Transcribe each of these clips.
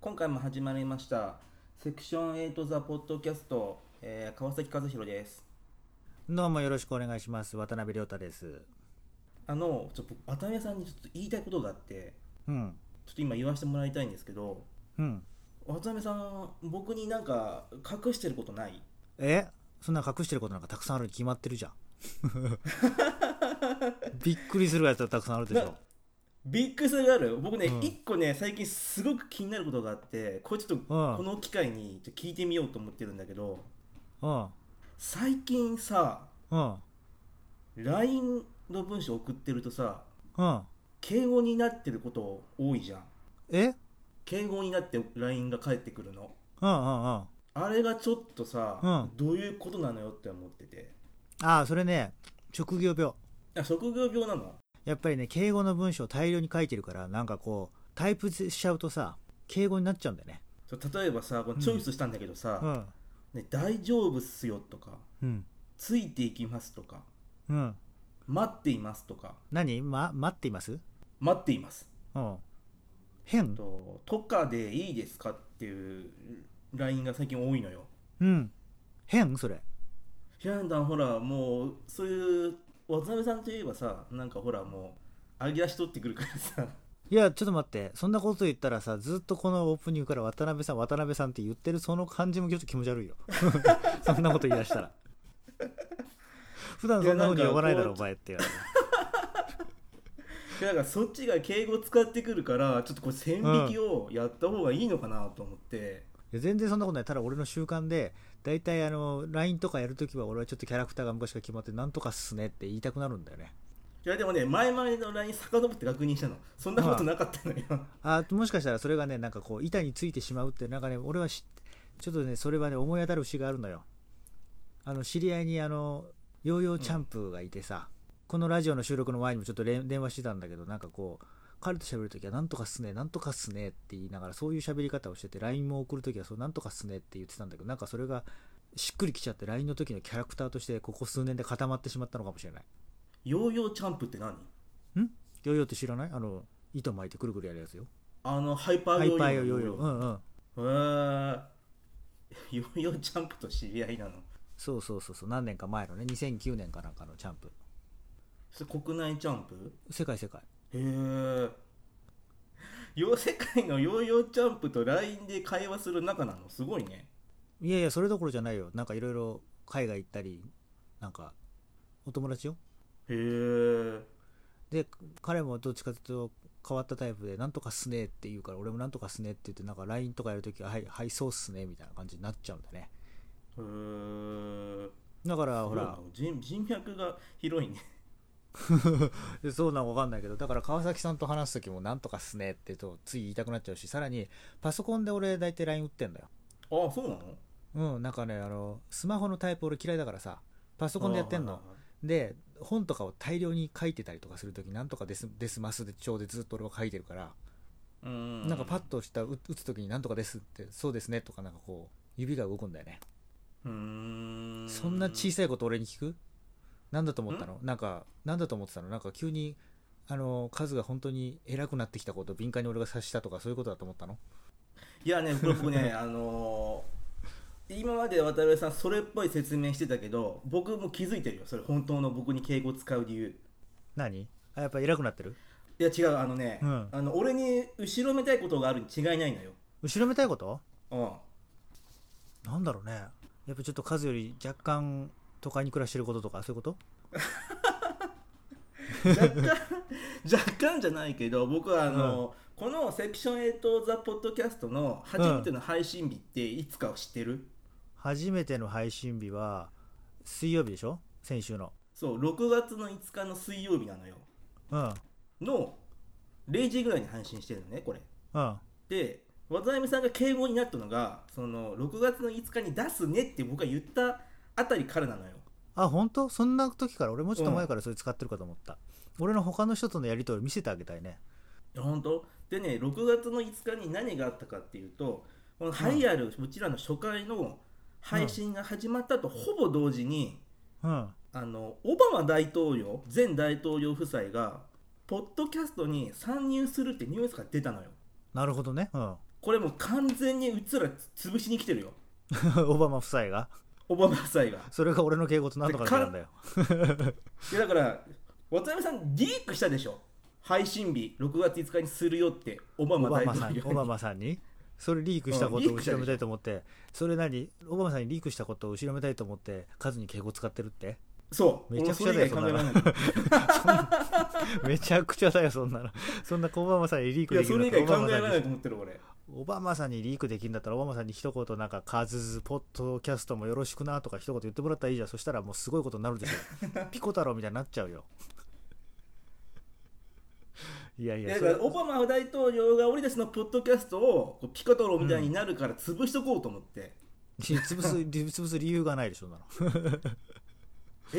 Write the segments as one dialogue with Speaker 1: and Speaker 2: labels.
Speaker 1: 今回も始まりましたセクション8ザポッドキャスト、えー川崎和弘です
Speaker 2: どうもよろしくお願いします。渡辺亮太です。
Speaker 1: あのちょっと渡辺さんにちょっと言いたいことがあって
Speaker 2: うん。
Speaker 1: ちょっと今言わせてもらいたいんですけど
Speaker 2: うん。
Speaker 1: 渡辺さん僕になんか隠してることない
Speaker 2: えそんな隠してることなんかたくさんあるに決まってるじゃん。 びっくりするやつはたくさんあるでしょ。
Speaker 1: ビッグスがある僕ね、
Speaker 2: うん
Speaker 1: 一個ね最近すごく気になることがあってこれちょっと
Speaker 2: うん
Speaker 1: この機会にちょっと聞いてみようと思ってるんだけど
Speaker 2: うん。
Speaker 1: 最近さ
Speaker 2: うん。
Speaker 1: LINE の文章送ってるとさ
Speaker 2: うん。
Speaker 1: 敬語になってること多いじゃん
Speaker 2: えうん
Speaker 1: 敬語になって LINE が返ってくるの
Speaker 2: うんうん。あ
Speaker 1: あれがちょっとさ、
Speaker 2: うん
Speaker 1: どういうことなのよって思ってて
Speaker 2: あ、それね、職業病。
Speaker 1: あ職業病なの
Speaker 2: やっぱりね、敬語の文章を大量に書いてるから、なんかこう、タイプしちゃうとさ、敬語になっちゃうんだよね。
Speaker 1: そう例えばさこのチョイスしたんだけど
Speaker 2: う
Speaker 1: さ
Speaker 2: ん。
Speaker 1: 「ね、大丈夫っすよ」とか
Speaker 2: うん。
Speaker 1: 「ついていきます」とか
Speaker 2: うん。
Speaker 1: 「待っています」とか
Speaker 2: 何ま、待っています
Speaker 1: 「待っています」
Speaker 2: うん。変
Speaker 1: と「とかでいいですか?」っていう LINE が最近多いのよ
Speaker 2: うん。変それ。
Speaker 1: ヒランダンほらもうそういう渡辺さんといえばさなんかほらもう揚げ足取ってくるからさ
Speaker 2: いやちょっと待ってそんなこと言ったらさずっとこのオープニングから渡辺さん渡辺さんって言ってるその感じもちょっと気持ち悪いよ そんなこと言い出したら普段そんなふうに呼ばないだろお前って言われる
Speaker 1: でだからそっちが敬語使ってくるからちょっとこれ線引きをやった方がいいのかなと思って、
Speaker 2: いや全然そんなことないただ俺の習慣で大体あの LINE とかやるときは俺はちょっとキャラクターが昔から決まってなんとかっすねって言いたくなるんだよね
Speaker 1: いやでもね前々の LINE 遡って確認したのそんなことなかったのよ、
Speaker 2: あもしかしたらそれがねなんかこう板についてしまうってなんかね俺はしちょっとねそれはね思い当たる節があるのよあの知り合いにあのヨーヨーチャンプがいてさ、このラジオの収録の前にもちょっと連電話してたんだけどなんかこう彼と喋るときは「なんとかっすねなんとかっすね」って言いながらそういう喋り方をしてて LINE も送るときは「そうなんとかっすね」って言ってたんだけどなんかそれがしっくりきちゃって LINE の時のキャラクターとしてここ数年で固まってしまったのかもしれない
Speaker 1: ヨーヨーチャンプって何
Speaker 2: ヨーヨーって知らないあの糸巻いてくるくるやるやつよ
Speaker 1: あのハイパ
Speaker 2: ハ
Speaker 1: ー
Speaker 2: イ
Speaker 1: ヨーヨー
Speaker 2: パーヨーヨーヨーうんうん
Speaker 1: へーヨーヨーチャンプと知り合いなの
Speaker 2: そうそうそうそう何年か前のね2009年かなんかのチャンプ
Speaker 1: それ国内チャンプ
Speaker 2: 世界世界
Speaker 1: へえ世界のヨーヨーチャンプと LINE で会話する仲なのすごいね
Speaker 2: いやいやそれどころじゃないよなんかいろいろ海外行ったりなんかお友達よ
Speaker 1: へえ
Speaker 2: で彼もどっちかというと変わったタイプで「なんとかっすね」って言うから俺も「なんとかっすね」って言ってなんか LINE とかやるときは「はいはいそうっすね」みたいな感じになっちゃうんだね
Speaker 1: へえ
Speaker 2: だからほ
Speaker 1: ほ
Speaker 2: ら
Speaker 1: ら人人脈が広いね
Speaker 2: でそうなんか分かんないけどだから川崎さんと話す時も「なんとかっすね」って言うとつい言いたくなっちゃうしさらにパソコンで俺大体 LINE 打ってんだよ
Speaker 1: ああそうなの
Speaker 2: うんなんかねあのスマホのタイプ俺嫌いだからさパソコンでやってんの
Speaker 1: あ
Speaker 2: で本とかを大量に書いてたりとかするときなんとかです「ですます」で帳でずっと俺は書いてるから、
Speaker 1: あうん
Speaker 2: なんかパッとしたう打つときに「なんとかです」って「そうですね」とかなんかこう指が動くんだよね、
Speaker 1: うーん
Speaker 2: そんな小さいこと俺に聞くなんだと思ったのなんかなんだと思ってたのなんか急にあの数が本当に偉くなってきたことを敏感に俺が察したとかそういうことだと思ったの
Speaker 1: いやねこれ僕 ねあのー今まで渡辺さんそれっぽい説明してたけど僕も気づいてるよそれ本当の僕に敬語使う理由
Speaker 2: 何あやっぱ偉くなってる
Speaker 1: いや違うあのね、
Speaker 2: うん
Speaker 1: あの俺に後ろめたいことがあるに違いないのよ
Speaker 2: 後ろめたいこと
Speaker 1: うん
Speaker 2: なんだろうねやっぱちょっと数より若干都会に暮らしてることとかそういうこと
Speaker 1: 若干 若干じゃないけど僕はあの、このセクション8ザ・ポッドキャストの初めての配信日っていつかを知ってる、
Speaker 2: 初めての配信日は水曜日でしょ先週の
Speaker 1: そう6月の5日の水曜日なのよ
Speaker 2: うん
Speaker 1: の0時ぐらいに配信してるのねこれ
Speaker 2: うん
Speaker 1: で渡辺さんが敬語になったのがその6月の5日に出すねって僕が言ったあたりからなのよ
Speaker 2: あ本当そんな時から俺もうちょっと前からそれ使ってるかと思った、俺の他の人とのやり取り見せてあげたいね
Speaker 1: いや本当でね6月の5日に何があったかっていうとこのハイアル、うちらの初回の配信が始まったとほぼ同時に、
Speaker 2: うん
Speaker 1: あのオバマ大統領前大統領夫妻がポッドキャストに参入するってニュースが出たのよ
Speaker 2: なるほどねうん
Speaker 1: これもう完全にうちら潰しに来てるよ
Speaker 2: オバマ夫妻が
Speaker 1: オバマ夫妻が
Speaker 2: それが俺の敬語となんとかなるんだよ
Speaker 1: いやだから渡辺さんリークしたでしょ配信日6月5日にするよってオバ
Speaker 2: オ
Speaker 1: マ
Speaker 2: バ
Speaker 1: 大
Speaker 2: マ
Speaker 1: 統
Speaker 2: さん
Speaker 1: 領
Speaker 2: に
Speaker 1: に
Speaker 2: オバマさんにそれリークしたことを
Speaker 1: うんリークしたでしょ
Speaker 2: 後ろめたいと思ってそれ何オバマさんにリークしたことを後ろめたいと思ってカズに敬語使ってるって
Speaker 1: そう
Speaker 2: めちゃくちゃだ
Speaker 1: 俺
Speaker 2: よ
Speaker 1: もそれ以外考えられない
Speaker 2: めちゃくちゃだよそんなのそんなオバマさんにリーク
Speaker 1: いや
Speaker 2: でき
Speaker 1: そ
Speaker 2: る
Speaker 1: れ
Speaker 2: んだ
Speaker 1: 以
Speaker 2: ったら
Speaker 1: 外考
Speaker 2: オバマ
Speaker 1: え
Speaker 2: さ
Speaker 1: ら
Speaker 2: ん
Speaker 1: れ
Speaker 2: に
Speaker 1: ないと思ってる俺
Speaker 2: オバマさんにリークできるんだったらオバマさんに一言なんか「カズズポッドキャストもよろしくな」とか一言言ってもらったらいいじゃんそしたらもうすごいことになるでしょピコ太郎みたいになっちゃ うよいやい
Speaker 1: い
Speaker 2: や
Speaker 1: や
Speaker 2: そ
Speaker 1: だ
Speaker 2: れ
Speaker 1: からオバマ大統領が俺たちのポッドキャストをこうピコ太郎みたいになるから潰しとこうと思って、
Speaker 2: 潰す潰す理由がないでしょそんなの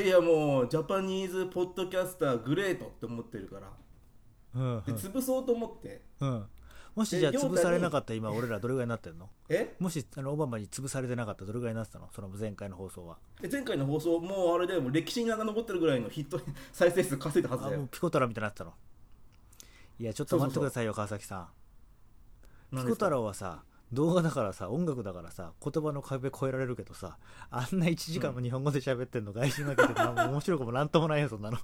Speaker 1: いやもうジャパニーズポッドキャスターグレートって思ってるから
Speaker 2: うん うん
Speaker 1: で潰そうと思って
Speaker 2: うん、もしじゃあ
Speaker 1: で
Speaker 2: 潰されなかった今俺らどれぐらいになってんの
Speaker 1: え
Speaker 2: もしあのオバマに潰されてなかったらどれぐらいになってたのその前回の放送は
Speaker 1: で前回の放送もうあれでもう歴史に残ってるぐらいのヒット 再生数稼いだはず
Speaker 2: あ
Speaker 1: だ
Speaker 2: もう
Speaker 1: よ
Speaker 2: ピコ太郎みたいになってたのいやちょっと待ってくださいよ川崎さんピ
Speaker 1: なん
Speaker 2: コ
Speaker 1: ですか
Speaker 2: 太郎はさ動画だからさ音楽だからさ言葉の壁越えられるけどさあんな1時間も日本語で喋ってんの外人だけでなんも面白くもなんともないよそんなの
Speaker 1: い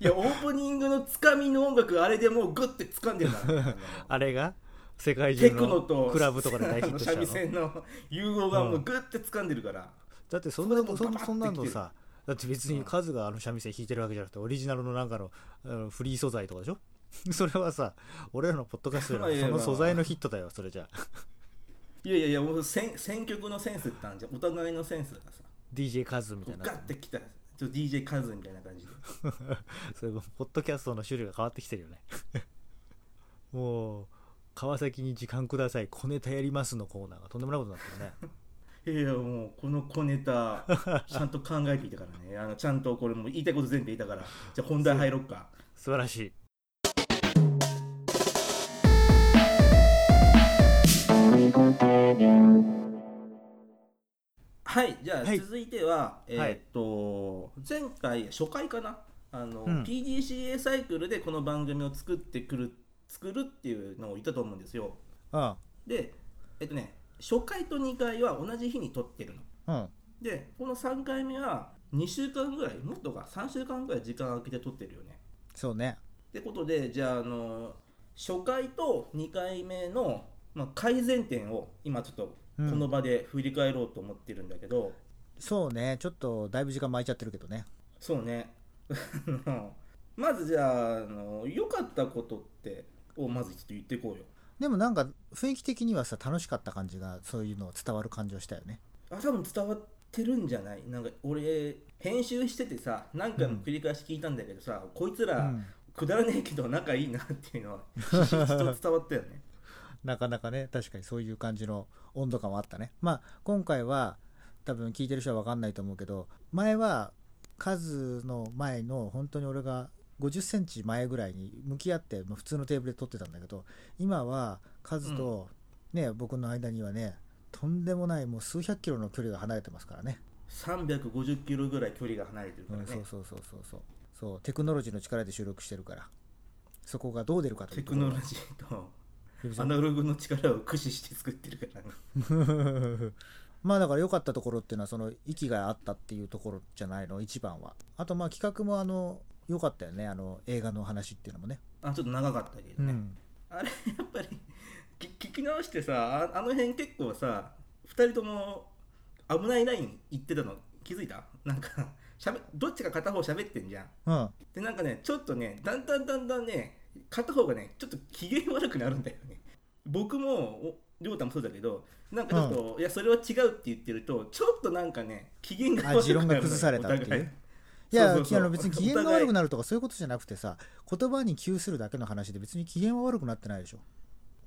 Speaker 1: やオープニングのつかみの音楽あれでもうグッて掴んでる な
Speaker 2: あれが世界中
Speaker 1: テクノ
Speaker 2: の
Speaker 1: と
Speaker 2: クラブとかで大ヒットし た
Speaker 1: あの三味
Speaker 2: の
Speaker 1: 線の融合がもうグッて掴んでるから、
Speaker 2: だってそんな
Speaker 1: それでも
Speaker 2: そん
Speaker 1: ババッ
Speaker 2: そんな
Speaker 1: てき
Speaker 2: の
Speaker 1: てる
Speaker 2: さだって別に数があの三味線弾いてるわけじゃなくてオリジナルのなんかのあのフリー素材とかでしょ それはさ俺らのポッドキャストよりもその素材のヒットだよそれじゃあ
Speaker 1: いやいやいやもう選選曲のセンスってあるじゃんお互いのセンスがさ
Speaker 2: DJ カズみたいな
Speaker 1: ガッてきたちょっと DJ カズみたいな感じで
Speaker 2: それもポッドキャストの種類が変わってきてるよね もう川崎に時間ください小ネタやりますのコーナーがとんでもないことになってるね
Speaker 1: いやいやもうこの小ネ タちゃんと考えていたからねあのちゃんとこれもう言いたいこと全部言ったからじゃあ本題入ろっか
Speaker 2: 素晴らしい
Speaker 1: はいじゃ
Speaker 2: は
Speaker 1: あ
Speaker 2: い
Speaker 1: 続いては、えーっと前回初回かなあの、
Speaker 2: うん
Speaker 1: PDCA サイクルでこの番組を作ってくる作るっていうのを言ったと思うんですよ
Speaker 2: うん
Speaker 1: でえっとね初回と2回は同じ日に撮ってるの
Speaker 2: うん
Speaker 1: でこの3回目は2週間ぐらいもっとか3週間ぐらい時間空けて撮ってるよね
Speaker 2: そうね
Speaker 1: ってことでじゃああの初回と2回目の、まあ、改善点を今ちょっとこ
Speaker 2: うん
Speaker 1: の場で振り返ろうと思ってるんだけど、
Speaker 2: そうねちょっとだいぶ時間巻いちゃってるけどね
Speaker 1: そうね あのまずじゃああの良かったことってをまずちょっと言っていこうよ
Speaker 2: でもなんか雰囲気的にはさ楽しかった感じがそういうのを伝わる感じはしたよね
Speaker 1: あ多分伝わってるんじゃないなんか俺編集しててさ何回も繰り返し聞いたんだけどさ、こいつら、
Speaker 2: うん
Speaker 1: くだらねえけど仲いいなっていうのはひしひしと伝わったよね
Speaker 2: なかなかね確かにそういう感じの温度感はあったねまあ今回は多分聞いてる人は分かんないと思うけど前はカズの前の本当に俺が50センチ前ぐらいに向き合ってまあ普通のテーブルで撮ってたんだけど今はカズとね、僕の間にはねとんでもないもう数百キロの距離が離れてますからね
Speaker 1: 350キロぐらい距離が離れてるか
Speaker 2: う
Speaker 1: ら
Speaker 2: ん、
Speaker 1: ね、
Speaker 2: そうそうそうそうそうそうテクノロジーの力で収録してるからそこがどう出るかとい
Speaker 1: テ
Speaker 2: うと
Speaker 1: ク
Speaker 2: ころ
Speaker 1: ノ
Speaker 2: が
Speaker 1: ロジーとアナログの力を駆使して作ってるからね
Speaker 2: まあだから良かったところっていうのはその息があったっていうところじゃないの一番はあとまあ企画もあの良かったよねあの映画の話っていうのもね、
Speaker 1: あちょっと長かったけどね、あれやっぱりき聞き直してさああの辺結構さ2人とも危ないライン行ってたの気づいたなんかしゃべどっちか片方喋ってんじゃん
Speaker 2: うん
Speaker 1: でなんかねちょっとねだんだんだんだんね片方がねちょっと機嫌悪くなるんだよね僕もお亮太もそうだけどなんかちょっと、いやそれは違うって言ってるとちょっとなんかね機嫌が
Speaker 2: あ
Speaker 1: 悪くなる
Speaker 2: 持論が崩されたっ
Speaker 1: お
Speaker 2: ていう
Speaker 1: 互い
Speaker 2: いや
Speaker 1: そうそうそう
Speaker 2: あの別に機嫌が
Speaker 1: お互
Speaker 2: 悪
Speaker 1: い
Speaker 2: くなるとかそういうことじゃなくてさ言葉に窮するだけの話で別に機嫌は悪くなってないでしょ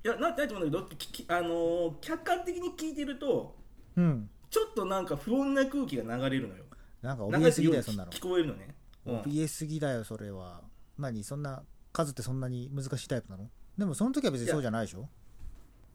Speaker 1: いやなってないと思うんだけどききあのー客観的に聞いてると
Speaker 2: うん
Speaker 1: ちょっとなんか不穏な空気が流れるのよ
Speaker 2: なんか
Speaker 1: 流
Speaker 2: 怯え
Speaker 1: れ
Speaker 2: す
Speaker 1: て
Speaker 2: ぎ
Speaker 1: るよ
Speaker 2: だよ
Speaker 1: う
Speaker 2: そん
Speaker 1: に
Speaker 2: なの
Speaker 1: 聞こえるのね、うん
Speaker 2: 怯えすぎだよそれは何そんな数ってそんなに難しいタイプなのでもその時は別にそうじゃないでしょ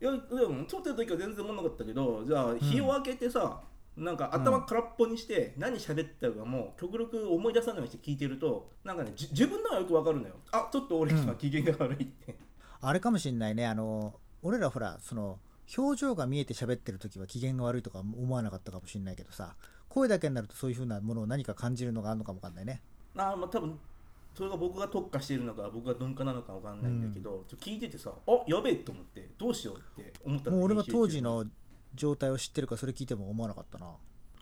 Speaker 1: いやでも撮ってる時は全然思んなかったけどじゃあ日を明けてさ、なんか頭空っぽにして何喋ったかも極力思い出さないようにして聞いてるとなんかねじ自分のはよくわかるのよあちょっと俺今機嫌が悪いって、
Speaker 2: あれかもしんないねあの俺らほらその表情が見えて喋ってる時は機嫌が悪いとか思わなかったかもしれないけどさ声だけになるとそういう風なものを何か感じるのがあるのかもわかんないね
Speaker 1: あーまあ多分それが僕が特化しているのか僕が鈍化なのかわかんないんだけど、ちょっと聞いててさあやべえと思ってどうしようって思ったの
Speaker 2: もう俺は
Speaker 1: 練習中に
Speaker 2: 当時の状態を知ってるからそれ聞いても思わなかったな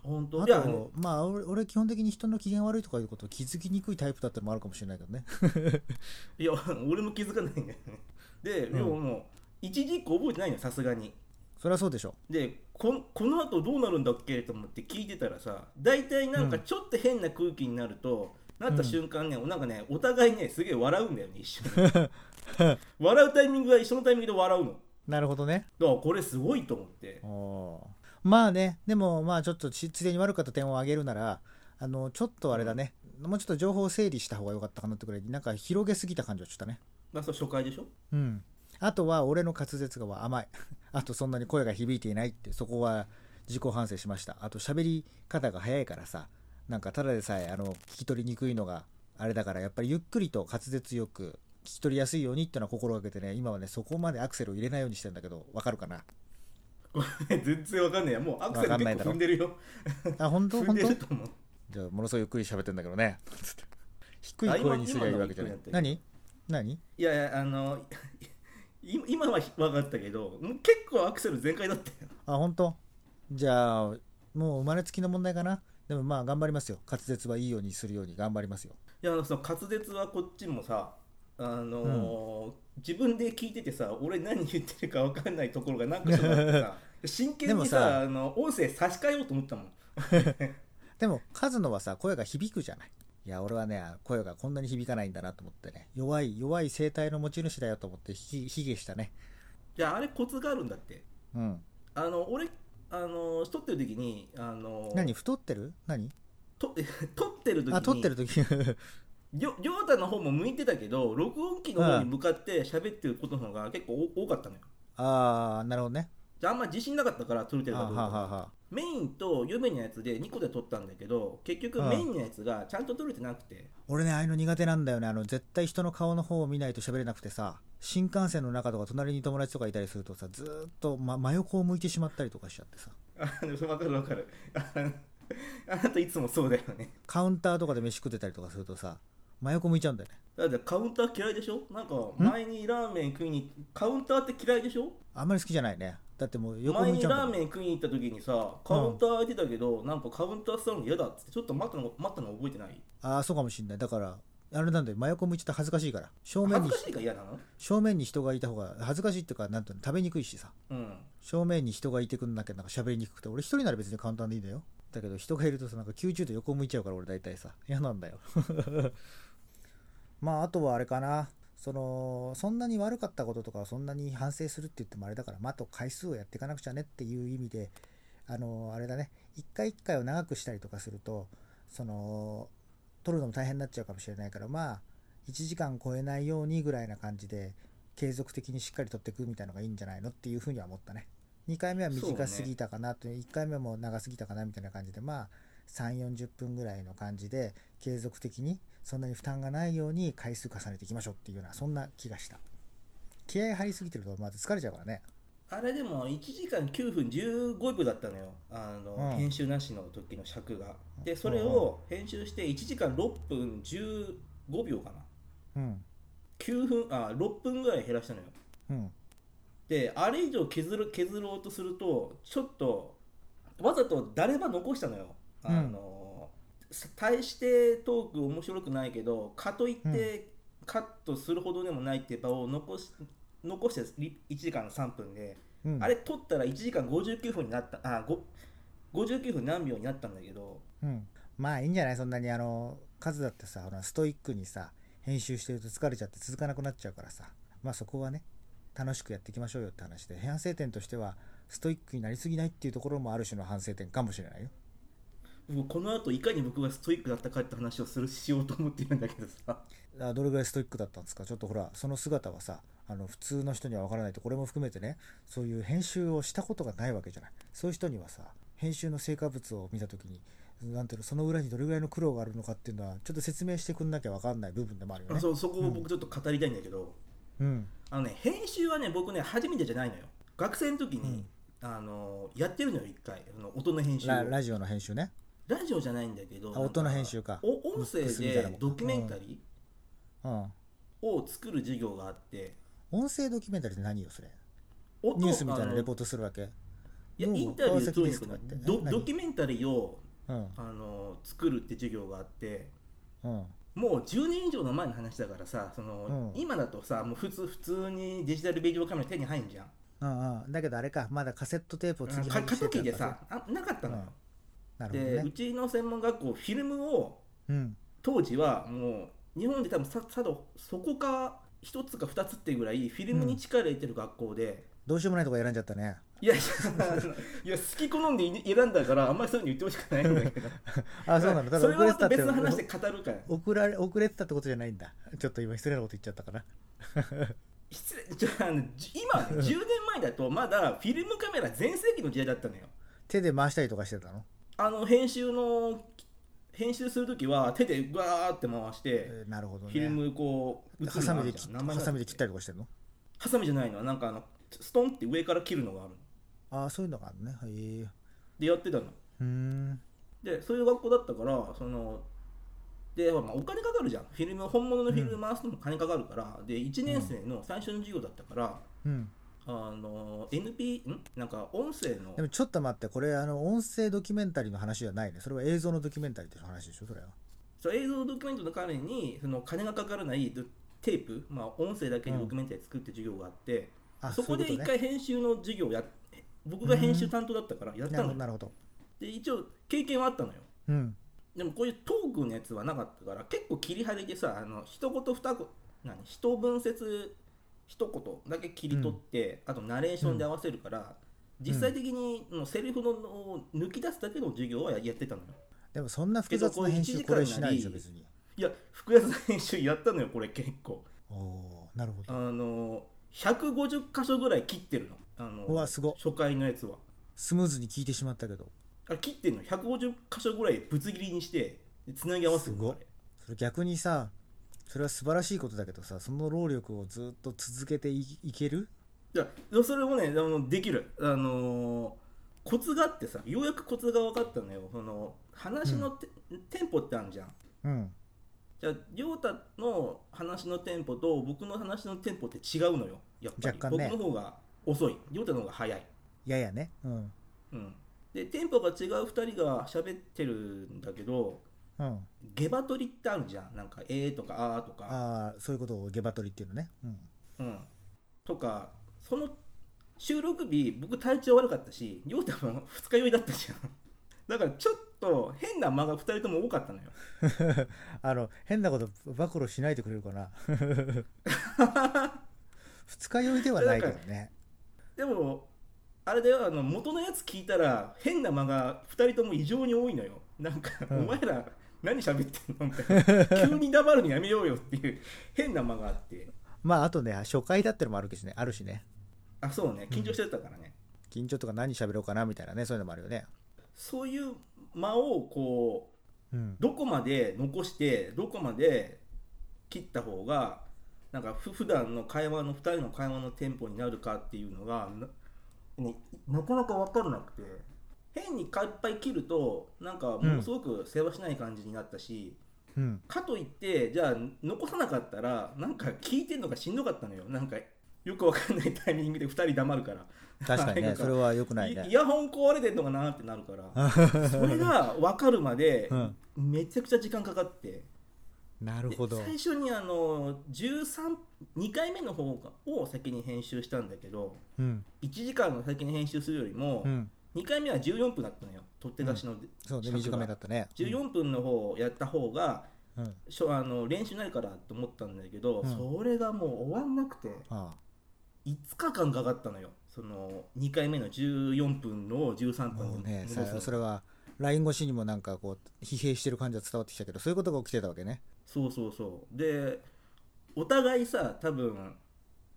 Speaker 1: 本当
Speaker 2: あ
Speaker 1: いやあの
Speaker 2: とまあ俺俺基本的に人の機嫌悪いとかいうことを気づきにくいタイプだったのもあるかもしれないけどね
Speaker 1: いや 俺も気づかないんだよねで、
Speaker 2: うん
Speaker 1: 要はもう一時一個覚えてないのよさすがに
Speaker 2: そりゃそうでしょ
Speaker 1: でこんこの後どうなるんだっけと思って聞いてたらさ大体なんか
Speaker 2: うん
Speaker 1: ちょっと変な空気になると、なった瞬間ね、なんかねお互いねすげえ笑うんだよね一緒に 笑うタイミングが一緒のタイミングで笑うのだか
Speaker 2: なるほどね
Speaker 1: らこれすごいと思って
Speaker 2: おーまあねでもまあちょっとつついでに悪かった点を挙げるならあのちょっとあれだね、もうちょっと情報を整理した方が良かったかなってくらいなんか広げすぎた感じはちょっとね
Speaker 1: まあそう初回でしょ
Speaker 2: うんあとは俺の滑舌が甘い あとそんなに声が響いていないってそこは自己反省しましたあと喋り方が早いからさなんかただでさえあの聞き取りにくいのがあれだからやっぱりゆっくりと滑舌よく聞き取りやすいようにってのは心がけてね今はねそこまでアクセルを入れないようにしてんだけどわかるかな
Speaker 1: これ全然わかんないやもうアクセル
Speaker 2: わかんない
Speaker 1: 結
Speaker 2: だ
Speaker 1: 構踏
Speaker 2: ろ
Speaker 1: んでるよ
Speaker 2: あ本当
Speaker 1: 踏ん
Speaker 2: 本
Speaker 1: で
Speaker 2: 当
Speaker 1: ると思う
Speaker 2: じゃあものすごいゆっくり喋ってんだけどね つって低
Speaker 1: あ
Speaker 2: い
Speaker 1: 今
Speaker 2: 声にすりゃいいわけじゃない
Speaker 1: 今のは
Speaker 2: 何何
Speaker 1: いやいやあの今 今は分かったけど結構アクセル全開だったよ
Speaker 2: あ本当じゃあもう生まれつきの問題かなでもまあ頑張りますよ滑舌はいいようにするように頑張りますよ
Speaker 1: いやその滑舌はこっちもさあのー自分で聞いててさ俺何言ってるか分かんないところが何か所かあって さ真剣にさ
Speaker 2: でもさ
Speaker 1: あの音声差し替えようと思ったもん
Speaker 2: でもカズノはさ声が響くじゃないいや俺はね声がこんなに響かないんだなと思ってね弱い弱い声帯の持ち主だよと思ってひひげしたね
Speaker 1: じゃああれコツがあるんだって
Speaker 2: うん
Speaker 1: あの俺あの撮ってる時にあのー
Speaker 2: 何太ってる何
Speaker 1: と 撮ってる時に
Speaker 2: あ撮ってる時
Speaker 1: りょ亮太の方も向いてたけど録音機の方に向かって喋ってることの方が結構お多かったのよ
Speaker 2: ああなるほどね
Speaker 1: じゃああんま自信なかったから撮れて
Speaker 2: あ
Speaker 1: るか
Speaker 2: はあ
Speaker 1: どう
Speaker 2: はあ
Speaker 1: か
Speaker 2: はあ
Speaker 1: メインと湯メのやつで2個で撮ったんだけど結局
Speaker 2: うん
Speaker 1: メインのやつがちゃんと撮れてなくて
Speaker 2: 俺ねああいうの苦手なんだよねあの絶対人の顔の方を見ないと喋れなくてさ新幹線の中とか隣に友達とかいたりするとさずーっと、ま、真横を向いてしまったりとかしちゃってさ
Speaker 1: あでも分かる分かるあのあなたいつもそうだよね
Speaker 2: カウンターとかで飯食ってたりとかするとさ真横向いちゃうんだよね
Speaker 1: だってカウンター嫌いでしょなんか前にラーメン食いにカウンターって嫌いでしょ
Speaker 2: あんまり好きじゃないねだってもう横
Speaker 1: 前
Speaker 2: 向い
Speaker 1: に
Speaker 2: ちゃうんだ
Speaker 1: ラー
Speaker 2: もん
Speaker 1: メン食いに行った時にさカウンター空いてたけどなんかカウンター座るの嫌だっつってちょっと待ったの待ったの覚えてない
Speaker 2: ああそうかもしんないだからあれなんだよ真横向いちゃって恥ずかしいから正面
Speaker 1: 恥
Speaker 2: に
Speaker 1: ずかしいから嫌なの
Speaker 2: 正面に人がいた方が恥ずかしいっていうかなんていうの食べにくいしさ
Speaker 1: うん
Speaker 2: 正面に人がいてくんなきゃなんか喋りにくくて俺一人なら別に簡単でいいんだよだけど人がいるとさなんか90度横向いちゃうから俺大体さ嫌なんだよ まああとはあれかなそのそんなに悪かったこととかはそんなに反省するって言ってもあれだから、まあ、あと回数をやっていかなくちゃねっていう意味であのあれだね一回一回を長くしたりとかするとその取るのも大変になっちゃうかもしれないからまあ1時間超えないようにぐらいな感じで継続的にしっかり取っていくみたいのがいいんじゃないのっていうふうには思ったね2回目は短すぎたかなと、1回目も長すぎたかなみたいな感じでまあ3 4 0分ぐらいの感じで継続的にそんなに負担がないように回数重ねていきましょうっていうようなそんな気がした気合い入りすぎてるとまず疲れちゃうからね
Speaker 1: あれでも1時間9分15秒だったのよあの、
Speaker 2: うん
Speaker 1: 編集なしの時の尺がでそれを編集して1時間6分15秒かな
Speaker 2: うん
Speaker 1: 9分あ6分ぐらい減らしたのよ
Speaker 2: うん
Speaker 1: であれ以上削る削ろうとするとちょっとわざと誰ば残したのよあの、対してトーク面白くないけどかといってカットするほどでもないって場を残し残して1時間3分で
Speaker 2: うん
Speaker 1: あれ撮ったら1時間59分になったあご59分何秒になったんだけど
Speaker 2: うん、まあいいんじゃないそんなにあの数だってさあのストイックにさ編集してると疲れちゃって続かなくなっちゃうからさまあそこはね楽しくやっていきましょうよって話で反省点としてはストイックになりすぎないっていうところもある種の反省点かもしれないよ
Speaker 1: もうこの後いかに僕がストイックだったかって話をするしようと思ってるんだけどさ
Speaker 2: あどれぐらいストイックだったんですかちょっとほらその姿はさあの普通の人には分からないとこれも含めてねそういう編集をしたことがないわけじゃないそういう人にはさ編集の成果物を見た時になんていうのその裏にどれぐらいの苦労があるのかっていうのはちょっと説明してくんなきゃ分かんない部分でもあるよね
Speaker 1: そうそこを僕ちょっと語りたいんだけど、
Speaker 2: うん
Speaker 1: あのね編集はね僕ね初めてじゃないのよ学生の時
Speaker 2: う
Speaker 1: に
Speaker 2: ん、
Speaker 1: あのやってるのよ一回あの音の編集を
Speaker 2: ラ
Speaker 1: ラ
Speaker 2: ラジオの編集ね
Speaker 1: ジオじゃないんだけど
Speaker 2: あ
Speaker 1: なんか
Speaker 2: 音の編集か
Speaker 1: お音声
Speaker 2: ミックスみたいな
Speaker 1: で
Speaker 2: もん
Speaker 1: ドキュメンタリ
Speaker 2: うん
Speaker 1: ーを作る授業があって
Speaker 2: 音声ドキュメンタリーって何よそれ
Speaker 1: 音
Speaker 2: ニュースみたい
Speaker 1: あ
Speaker 2: な
Speaker 1: の
Speaker 2: レポートするわけ
Speaker 1: いや
Speaker 2: もう
Speaker 1: インタビューでとにかく
Speaker 2: 川崎ですと
Speaker 1: ド
Speaker 2: かってえ
Speaker 1: ドキュメンタリーを
Speaker 2: うん
Speaker 1: あの作るって授業があって
Speaker 2: うん
Speaker 1: もう10年以上の前の話だからさその、
Speaker 2: うん
Speaker 1: 今だとさもう普通普通にデジタルビデオカメラ手に入んじゃん
Speaker 2: うんうんだけどあれかまだカセットテープを
Speaker 1: あ
Speaker 2: 次
Speaker 1: か過
Speaker 2: 外し
Speaker 1: 渡期
Speaker 2: てた
Speaker 1: でさあなかったのよ、
Speaker 2: なるほど
Speaker 1: でう
Speaker 2: ね
Speaker 1: ちの専門学校フィルムを
Speaker 2: うん
Speaker 1: 当時はもう日本で多分ささどそこか一つか二つっていうぐらいフィルムに力入れてる学校で、
Speaker 2: どうしようもないとこ選んじゃったね
Speaker 1: いやいやいや好き好んで選んだからあんまりそういうふうに言ってほしくないんだけど
Speaker 2: あそうなのただ
Speaker 1: それ
Speaker 2: 遅
Speaker 1: は
Speaker 2: れ
Speaker 1: ま
Speaker 2: てた
Speaker 1: た
Speaker 2: って
Speaker 1: 別の話で語るから
Speaker 2: 遅られ遅れてたってことじゃないんだちょっと今失礼なこと言っちゃったかな
Speaker 1: 失礼じゃああのじ今ね10年前だとまだフィルムカメラ全盛期の時代だったのよ
Speaker 2: 手で回したりとかしてたの、
Speaker 1: あの編集の編集する時は手でガーって回して、
Speaker 2: えーなるほどね
Speaker 1: フィルムこう
Speaker 2: ハサミで
Speaker 1: 映
Speaker 2: 切
Speaker 1: る
Speaker 2: っ
Speaker 1: のあるじゃん名前
Speaker 2: ハ
Speaker 1: なんだ
Speaker 2: サ
Speaker 1: っ
Speaker 2: ミ
Speaker 1: け
Speaker 2: で切ったりとかしてんの
Speaker 1: ハサミじゃないのはなんかあのストンって上から切るのがあるの
Speaker 2: ああそういうのがあるねへえ
Speaker 1: でやってたの
Speaker 2: うーん
Speaker 1: でそういう学校だったからそので、まあ、お金かかるじゃんフィルム本物のフィルム回すのも金かかるから、で1年生の最初の授業だったから、
Speaker 2: うん
Speaker 1: あの NP んなんか音声の
Speaker 2: でもちょっと待ってこれあの音声ドキュメンタリーの話じゃないねそれは映像のドキュメンタリーっていう話でしょそれは
Speaker 1: そう映像ドキュメントの代わりにその金がかからないドテープ、まあ、音声だけでドキュメンタリー作って授業があって、
Speaker 2: あ
Speaker 1: そこで
Speaker 2: そうい
Speaker 1: 一
Speaker 2: うとね
Speaker 1: 回編集の授業をやっ僕が編集担当だったからやった
Speaker 2: な
Speaker 1: の
Speaker 2: るほ
Speaker 1: よ
Speaker 2: どなるほど
Speaker 1: で一応経験はあったのよ
Speaker 2: うん
Speaker 1: でもこういうトークのやつはなかったから結構切り張りでさあの一言二言何一文節一言だけ切り取って、あとナレーションで合わせるから、実際的にもうセリフのを抜き出すだけの授業はややってたのよ
Speaker 2: でもそんな複雑な編
Speaker 1: け
Speaker 2: 集
Speaker 1: ど
Speaker 2: こ
Speaker 1: こう
Speaker 2: れ
Speaker 1: 一時間
Speaker 2: し
Speaker 1: な
Speaker 2: な
Speaker 1: り
Speaker 2: いでしょ別に
Speaker 1: いや複雑な編集やったのよこれ結構
Speaker 2: おおーなるほ
Speaker 1: あ
Speaker 2: ど
Speaker 1: の150箇所ぐらい切ってるのあの
Speaker 2: うわすごっ
Speaker 1: 初回のやつは
Speaker 2: スムーズに聞いてしまったけど
Speaker 1: あ切ってるの150箇所ぐらいぶつ切りにしてつなぎ合わせてるの
Speaker 2: すごっ
Speaker 1: あれ
Speaker 2: それ逆にさそれは素晴らしいことだけどさその労力をずっと続けていいける
Speaker 1: いやそれもねあのできるあのーコツがあってさようやくコツが分かったのよその話のテ,、テンポってあるじゃん
Speaker 2: うん
Speaker 1: じゃあ亮太の話のテンポと僕の話のテンポって違うのよやっぱり
Speaker 2: 若干ね
Speaker 1: 僕の方が遅い亮太の方が早い、
Speaker 2: ややねうん
Speaker 1: うん、でテンポが違う2人が喋ってるんだけど
Speaker 2: うん
Speaker 1: 下バ取りってあるじゃんなんか「えー」とか「あー」とか
Speaker 2: ああそういうことをゲバ取りっていうのねう
Speaker 1: 「
Speaker 2: ん
Speaker 1: うん」とかその収録日僕体調悪かったし亮太も二日酔いだったじゃん だからちょっと変な間が2人とも多かったのよ
Speaker 2: あの変なこと暴露しないでくれる かな二日酔いではないけどね
Speaker 1: でもあれだよあの元のやつ聞いたら変な間が2人とも異常に多いのよなんか、
Speaker 2: うん
Speaker 1: お前ら何喋ってんの?」みたい な急に黙るのやめようよっていう変な間があって
Speaker 2: まああとね初回だってのもあるけどねあるしね
Speaker 1: あそうね緊張してたからね、
Speaker 2: 緊張とか何喋ろうかなみたいなねそういうのもあるよね
Speaker 1: そういう間をこう
Speaker 2: うん
Speaker 1: どこまで残してどこまで切った方がなんかふ普段の会話の2人の会話のテンポになるかっていうのがな,、ね、なかなか分からなくて変にいっぱい切るとなんかものすごく世話しない感じになったし、
Speaker 2: うん
Speaker 1: かといってじゃあ残さなかったらなんか聞いてんのがしんどかったのよなんかよく分かんないタイミングで2人黙るから。
Speaker 2: 確かに
Speaker 1: な
Speaker 2: ね
Speaker 1: んか
Speaker 2: それはよくない
Speaker 1: イ
Speaker 2: ね
Speaker 1: イヤホン壊れてんのかなってなるから それが分かるまで
Speaker 2: うん
Speaker 1: めちゃくちゃ時間かかって、
Speaker 2: なる
Speaker 1: で
Speaker 2: ほど
Speaker 1: 最初にあの132回目の方を先に編集したんだけど
Speaker 2: うん
Speaker 1: 1時間の先に編集するよりも、
Speaker 2: うん
Speaker 1: 2回目は14分だったのよ取って出しの、
Speaker 2: そうね
Speaker 1: 尺が
Speaker 2: 短めだったね
Speaker 1: 14分の方をやった方が
Speaker 2: うんうん
Speaker 1: しょあの練習になるからと思ったんだけど、
Speaker 2: うん
Speaker 1: それがもう終わんなくて
Speaker 2: あ
Speaker 1: 5日間かかったのよその2回目の14分の13
Speaker 2: あ
Speaker 1: 分
Speaker 2: も
Speaker 1: の
Speaker 2: うね
Speaker 1: 戻すの
Speaker 2: さそれは LINE 越しにもなんかこう疲弊してる感じが伝わってきたけどそういうことが起きてたわけね
Speaker 1: そうそうそうでお互いさ多分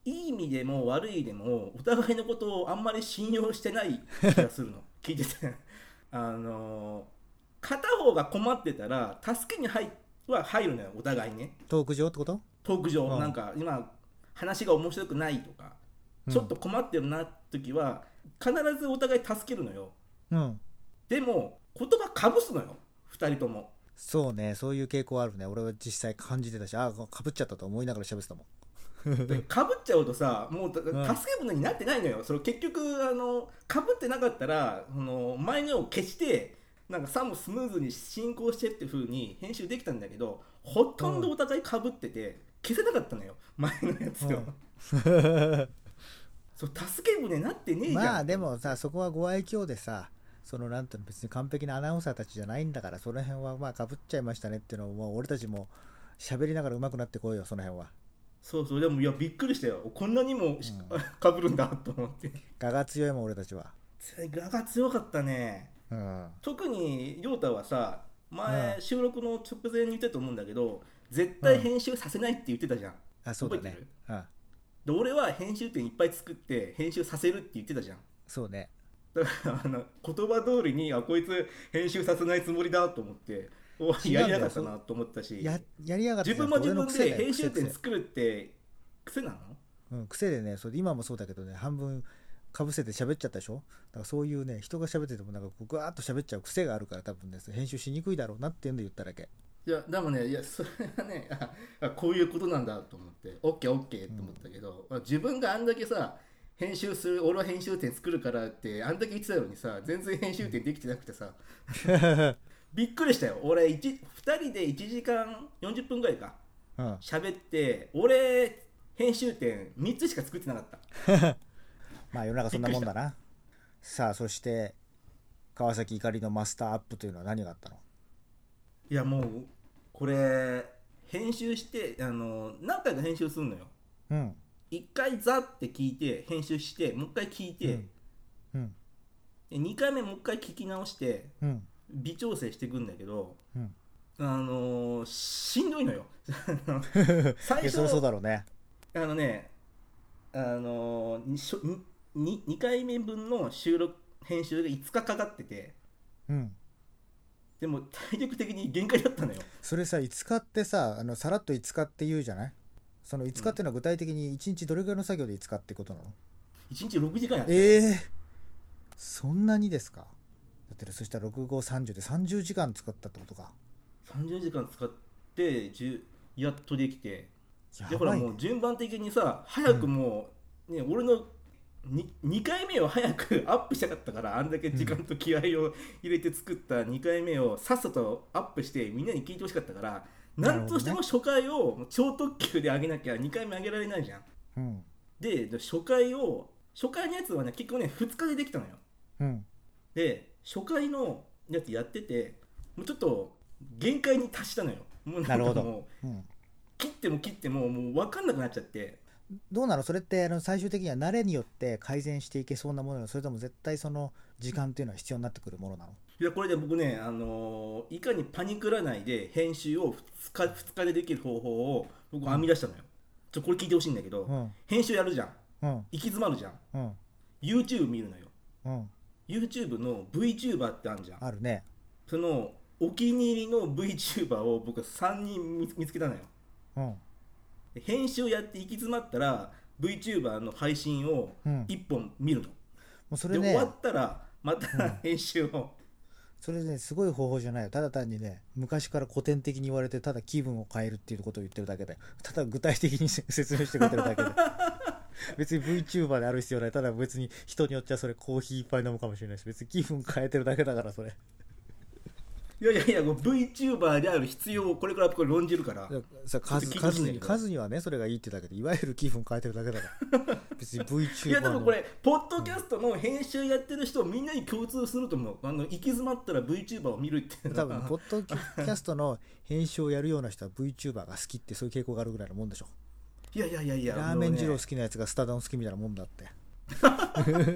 Speaker 1: いい意味でも悪い意味でもお互いのことをあんまり信用してない気がする の聞いてて あの片方が困ってたら助けに入は入るのよお互いね
Speaker 2: トーク上ってこと
Speaker 1: トーク上、
Speaker 2: うん
Speaker 1: なんか今話が面白くないとか、
Speaker 2: うん
Speaker 1: ちょっと困ってるなって時は必ずお互い助けるのよ
Speaker 2: うん
Speaker 1: でも言葉かぶすのよ2人とも
Speaker 2: そうねそういう傾向あるね俺は実際感じてたしああかぶっちゃったと思いながら喋ってたもん
Speaker 1: かぶっちゃうとさもうだ
Speaker 2: うん
Speaker 1: 助け舟になってないのよ、それ結局あのかぶってなかったらあの前のを消してなんかさもスムーズに進行してって風に編集できたんだけどほとんどお互いかぶってて消せなかったのよ前のやつを、 そう助け舟になってねえじゃん
Speaker 2: まあでもさそこはご愛嬌でさそのなんていうの別に完璧なアナウンサーたちじゃないんだからその辺はまあかぶっちゃいましたねっていうのをもう俺たちも喋りながら上手くなってこいよその辺は
Speaker 1: そうそうでもいやびっくりしたよこんなにもし かぶるんだと思って
Speaker 2: 我が強いもん俺たちは
Speaker 1: 我が強かったね
Speaker 2: うん
Speaker 1: 特に亮太はさ
Speaker 2: う
Speaker 1: 前収録の直前に言ってたと思うんだけど絶対編集させないって言ってたじゃん、
Speaker 2: あそうだ
Speaker 1: 覚え
Speaker 2: ね
Speaker 1: てる
Speaker 2: うん
Speaker 1: で俺は編集点いっぱい作って編集させるって言ってたじゃん
Speaker 2: そうね
Speaker 1: だからあの言葉通りにあこいつ編集させないつもりだと思ってお
Speaker 2: 違うんだよ
Speaker 1: やりやがったなと思ったし
Speaker 2: ややりやがった
Speaker 1: 自
Speaker 2: や
Speaker 1: 分
Speaker 2: つ
Speaker 1: も自分で
Speaker 2: 俺の癖だよ
Speaker 1: 編集点
Speaker 2: 癖癖
Speaker 1: 作るって癖なの
Speaker 2: うん、癖でねそれ今もそうだけどね半分かぶせて喋っちゃったでしょだからそういうね人が喋っててもなんかこうぐわーっと喋っちゃう癖があるから多分ね編集しにくいだろうなっていうんで言っただけ
Speaker 1: いやでもねいやそれはね ああこういうことなんだと思ってオッケーオッケーと思ったけど、あ自分があんだけさ編集する俺は編集点作るからってあんだけ言ってたのにさ全然編集点できてなくて さ、びっくりしたよ俺2人で1時間40分ぐらいか
Speaker 2: うん
Speaker 1: 喋って俺編集点3つしか作ってなかった
Speaker 2: まあ世の中そんなもんだなさあそして川崎怒りのマスターアップというのは何があったの
Speaker 1: いやもうこれ編集してあの何回か編集するのよ
Speaker 2: うん
Speaker 1: 一回ザって聞いて編集してもう一回聞いて、
Speaker 2: うんうん
Speaker 1: で2回目もう一回聞き直して
Speaker 2: うん
Speaker 1: 微調整していくんだけど、
Speaker 2: うん
Speaker 1: あのーしんどいのよ あの最
Speaker 2: い
Speaker 1: 初
Speaker 2: やそりゃそうだろうね
Speaker 1: あのねあのー、しょに 2, 回目分の収録編集が5日かかってて
Speaker 2: うん
Speaker 1: でも体力的に限界だったのよ
Speaker 2: それさ5日ってさあのさらっと5日って言うじゃないその5日っていうのは具体的に1日どれぐらいの作業で5日ってことなの、
Speaker 1: 1日6時間やって
Speaker 2: ええそんなにですかだってそしたら6530で30時間使ったってことか
Speaker 1: 30時間使って10やっとできてで
Speaker 2: や
Speaker 1: ほら
Speaker 2: ばい、
Speaker 1: も
Speaker 2: ね
Speaker 1: う、順番的にさ早くもう、ね俺の 2, 回目を早くアップしたかったからあんだけ時間と気合を入れて作った2回目をさっさとアップしてみんなに聞いてほしかったから
Speaker 2: な
Speaker 1: な
Speaker 2: るほどね
Speaker 1: んとしても初回を超特急で上げなきゃ2回目上げられないじゃん
Speaker 2: うん
Speaker 1: で初回を初回のやつはね結構ね2日でできたのよ
Speaker 2: うん
Speaker 1: で初回のやつやっててもうちょっと限界に達したのよもうなんか
Speaker 2: なるほど
Speaker 1: もう
Speaker 2: うん
Speaker 1: 切っても切ってももう分かんなくなっちゃって
Speaker 2: どうなのそれってあの最終的には慣れによって改善していけそうなものなのそれとも絶対その時間っていうのは必要になってくるものなの
Speaker 1: いやこれで僕ね、あのーいかにパニクらないで編集を2日 ,2 日でできる方法を僕編み出したのよ、ちょこれ聞いてほしいんだけど、編集やるじゃん
Speaker 2: うんうん
Speaker 1: 行き詰まるじゃん
Speaker 2: うん
Speaker 1: YouTube 見るのよ
Speaker 2: うん
Speaker 1: YouTube の VTuber ってあるじゃん
Speaker 2: あるね
Speaker 1: そのお気に入りの VTuber を僕3人見つ見つけたのよ
Speaker 2: うん
Speaker 1: で編集やって行き詰まったら VTuber の配信を
Speaker 2: うん
Speaker 1: 1本見るの、
Speaker 2: もうそ
Speaker 1: で
Speaker 2: れ
Speaker 1: 終
Speaker 2: ね
Speaker 1: わったらまた編集を、
Speaker 2: それねすごい方法じゃないよただ単にね昔から古典的に言われてただ気分を変えるっていうことを言ってるだけでただ具体的に説明してくれてるだ けで別に VTuber である必要ないただ別に人によっちゃそれコーヒーいっぱい飲むかもしれないし別に気分変えてるだけだからそれ
Speaker 1: いやいやいやこう VTuber である必要をこれから僕は論じるから
Speaker 2: さ
Speaker 1: ち
Speaker 2: 数
Speaker 1: ょっと聞いてほしい
Speaker 2: 数
Speaker 1: んだけ
Speaker 2: に
Speaker 1: ど
Speaker 2: 数にはねそれがいいってだけでいわゆる気分変えてるだけだから別に VTuber
Speaker 1: いやでも
Speaker 2: の
Speaker 1: これポッドキャストの編集やってる人みんなに共通すると思うあの行き詰まったら VTuber を見るっていうの
Speaker 2: 多
Speaker 1: は
Speaker 2: 分ポッドキャストの編集をやるような人は VTuber が好きってそういう傾向があるぐらいのもんでしょ
Speaker 1: いやいやいやいや
Speaker 2: ラーメン二郎
Speaker 1: もう
Speaker 2: 好きなやつがスタダン好きみたいなもんだって
Speaker 1: ねい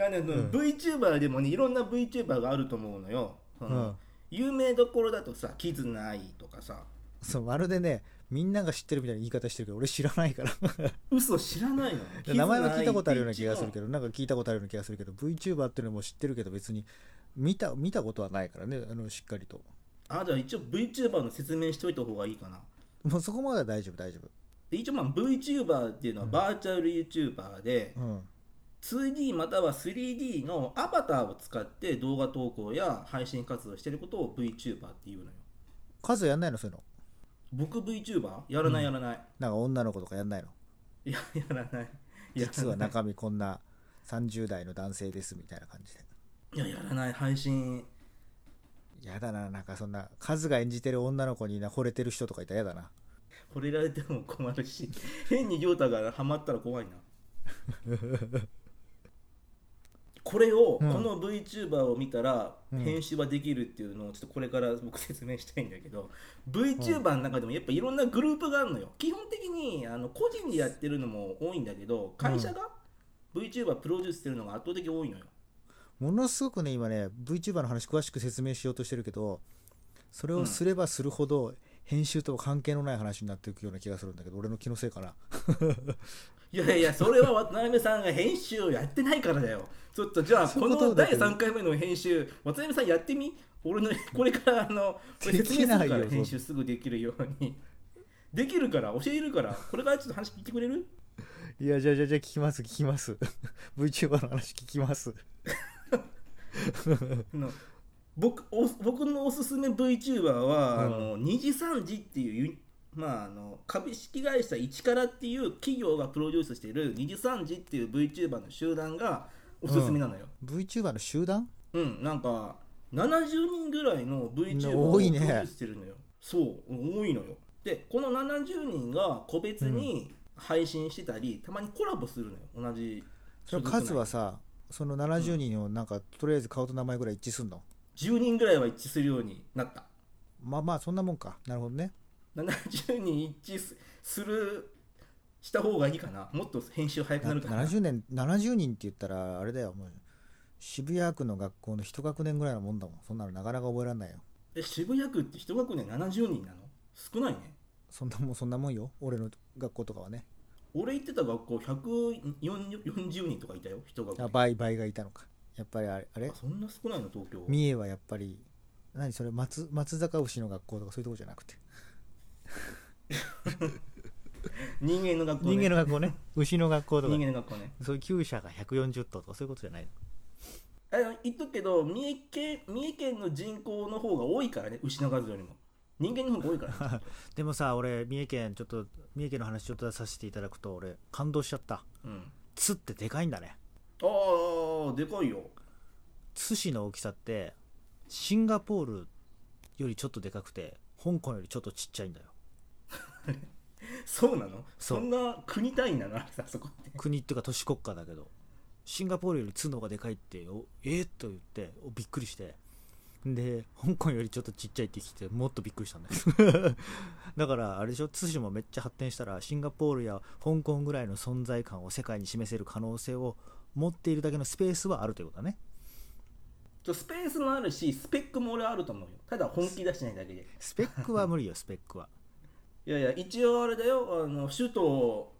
Speaker 1: やね
Speaker 2: うん
Speaker 1: VTuber でもねいろんな VTuber があると思うのよ、その
Speaker 2: うん
Speaker 1: 有名どころだとさ「キズナイ」とかさ
Speaker 2: そうまるでねみんなが知ってるみたいな言い方してるけど俺知らないから
Speaker 1: 嘘知らないの
Speaker 2: 名前は聞いたことあるような気がするけ
Speaker 1: ど
Speaker 2: どなんか聞いたことあるような気がするけど VTuber っていうのも知ってるけど別に見た見たことはないからねあのしっかりと
Speaker 1: あじゃあ一応 VTuber の説明しといた方がいいかな
Speaker 2: もうそこまでは大丈夫大丈夫
Speaker 1: でで一応まあ VTuber っていうのはバーチャル YouTuber で、
Speaker 2: うん
Speaker 1: 2D または 3D のアバターを使って動画投稿や配信活動してることを VTuber っていうのよ
Speaker 2: 数やんないのそういうの
Speaker 1: 僕 VTuber? やらないやらない、
Speaker 2: なんか女の子とかやんないの
Speaker 1: いややらないや
Speaker 2: 実は中身こんな30代の男性ですみたいな感じで
Speaker 1: いややらない配信
Speaker 2: やだななんかそんなカズが演じてる女の子にな惚れてる人とかいたらやだな
Speaker 1: 惚れられても困るし変に亮太がハマったら怖いな これを、
Speaker 2: うん
Speaker 1: この VTuber を見たら
Speaker 2: うん
Speaker 1: 編集はできるっていうのをちょっとこれから僕説明したいんだけど、VTuber の中でもやっぱいろんなグループがあるのよ基本的にあの個人でやってるのも多いんだけど会社が VTuber プロデュースしてるのが圧倒的に多いのよ
Speaker 2: ものすごくね今ね VTuber の話詳しく説明しようとしてるけどそれをすればするほど編集とは関係のない話になっていくような気がするんだけど俺の気のせいかない
Speaker 1: やいやそれは渡辺さんが編集をやってないからだよちょっとじゃあ
Speaker 2: そう
Speaker 1: こ
Speaker 2: いうこと
Speaker 1: の
Speaker 2: だ
Speaker 1: 第
Speaker 2: けど
Speaker 1: 3回目の編集渡辺さんやってみ俺の これからあのこれ
Speaker 2: で
Speaker 1: 説
Speaker 2: き
Speaker 1: 明す
Speaker 2: な
Speaker 1: る
Speaker 2: いよ
Speaker 1: から編集すぐできるようにできるから教えるからこれからちょっと話聞いてくれる
Speaker 2: いやじゃあじゃあじゃあ聞きます聞きます VTuber の話聞きます
Speaker 1: あの僕お僕のおすすめ VTuber は、
Speaker 2: うん
Speaker 1: あの二次三次っていうユまああの株式会社一からっていう企業がプロデュースしている二次三次っていう VTuber の集団がおすすめなのよ、
Speaker 2: VTuber の集団
Speaker 1: うん、なんか70人ぐらいの VTuber を
Speaker 2: 多いね
Speaker 1: プロデュースしてるのよ、そう多いのよでこの70人が個別に配信してたり、たまにコラボするのよ同じ
Speaker 2: それ
Speaker 1: 所属内
Speaker 2: 数はさその70人をなんかとりあえず顔と名前ぐらい一致すんの
Speaker 1: 10人ぐらいは一致するようになった
Speaker 2: まあまあそんなもんかなるほどね
Speaker 1: 70人一致すするした方がいいかなもっと編集早くなるかな
Speaker 2: 70年70人って言ったらあれだよもう渋谷区の学校の一学年ぐらいのもんだもんそんなのなかなか覚えられないよ
Speaker 1: え渋谷区って一学年70人なの少ないね
Speaker 2: そんなもんそんなもんよ俺の学校とかはね
Speaker 1: 俺行ってた学校140人とかいたよ一学
Speaker 2: あ
Speaker 1: 年
Speaker 2: 倍倍がいたのかやっぱりあれあれ
Speaker 1: あそんな少ないの東京
Speaker 2: 三重はやっぱり何それ松松坂牛の学校とかそういうとこじゃなくて
Speaker 1: 人間の学校、ね、
Speaker 2: 人間の学校ね牛の学校とか
Speaker 1: 人間の学校ね
Speaker 2: そういう厩舎が140頭とかそういうことじゃない
Speaker 1: あの言っとくけど三重県三重県の人口の方が多いからね牛の数よりも人間の方が多いから、ね、
Speaker 2: でもさ俺三重県ちょっと三重県の話ちょっとさせていただくと俺感動しちゃった
Speaker 1: うん
Speaker 2: 津ってでかいんだね
Speaker 1: ああでかいよ
Speaker 2: 津市の大きさってシンガポールよりちょっとでかくて香港よりちょっとちっちゃいんだよ
Speaker 1: そうなのそ
Speaker 2: そうん
Speaker 1: な国単位なのあれ さそこって
Speaker 2: 国っていうか都市国家だけどシンガポールより津の方がでかいっておえっ、と言っておびっくりしてで香港よりちょっとちっちゃいって聞いてもっとびっくりしたんだよ だからあれでしょ津市もめっちゃ発展したらシンガポールや香港ぐらいの存在感を世界に示せる可能性を持っているだけのスペースはあるということだね
Speaker 1: ちょスペースもあるしスペックも俺はあると思うよただ本気出してないだけで
Speaker 2: スペックは無理よスペックはい
Speaker 1: やいや一応あれだよあの首都を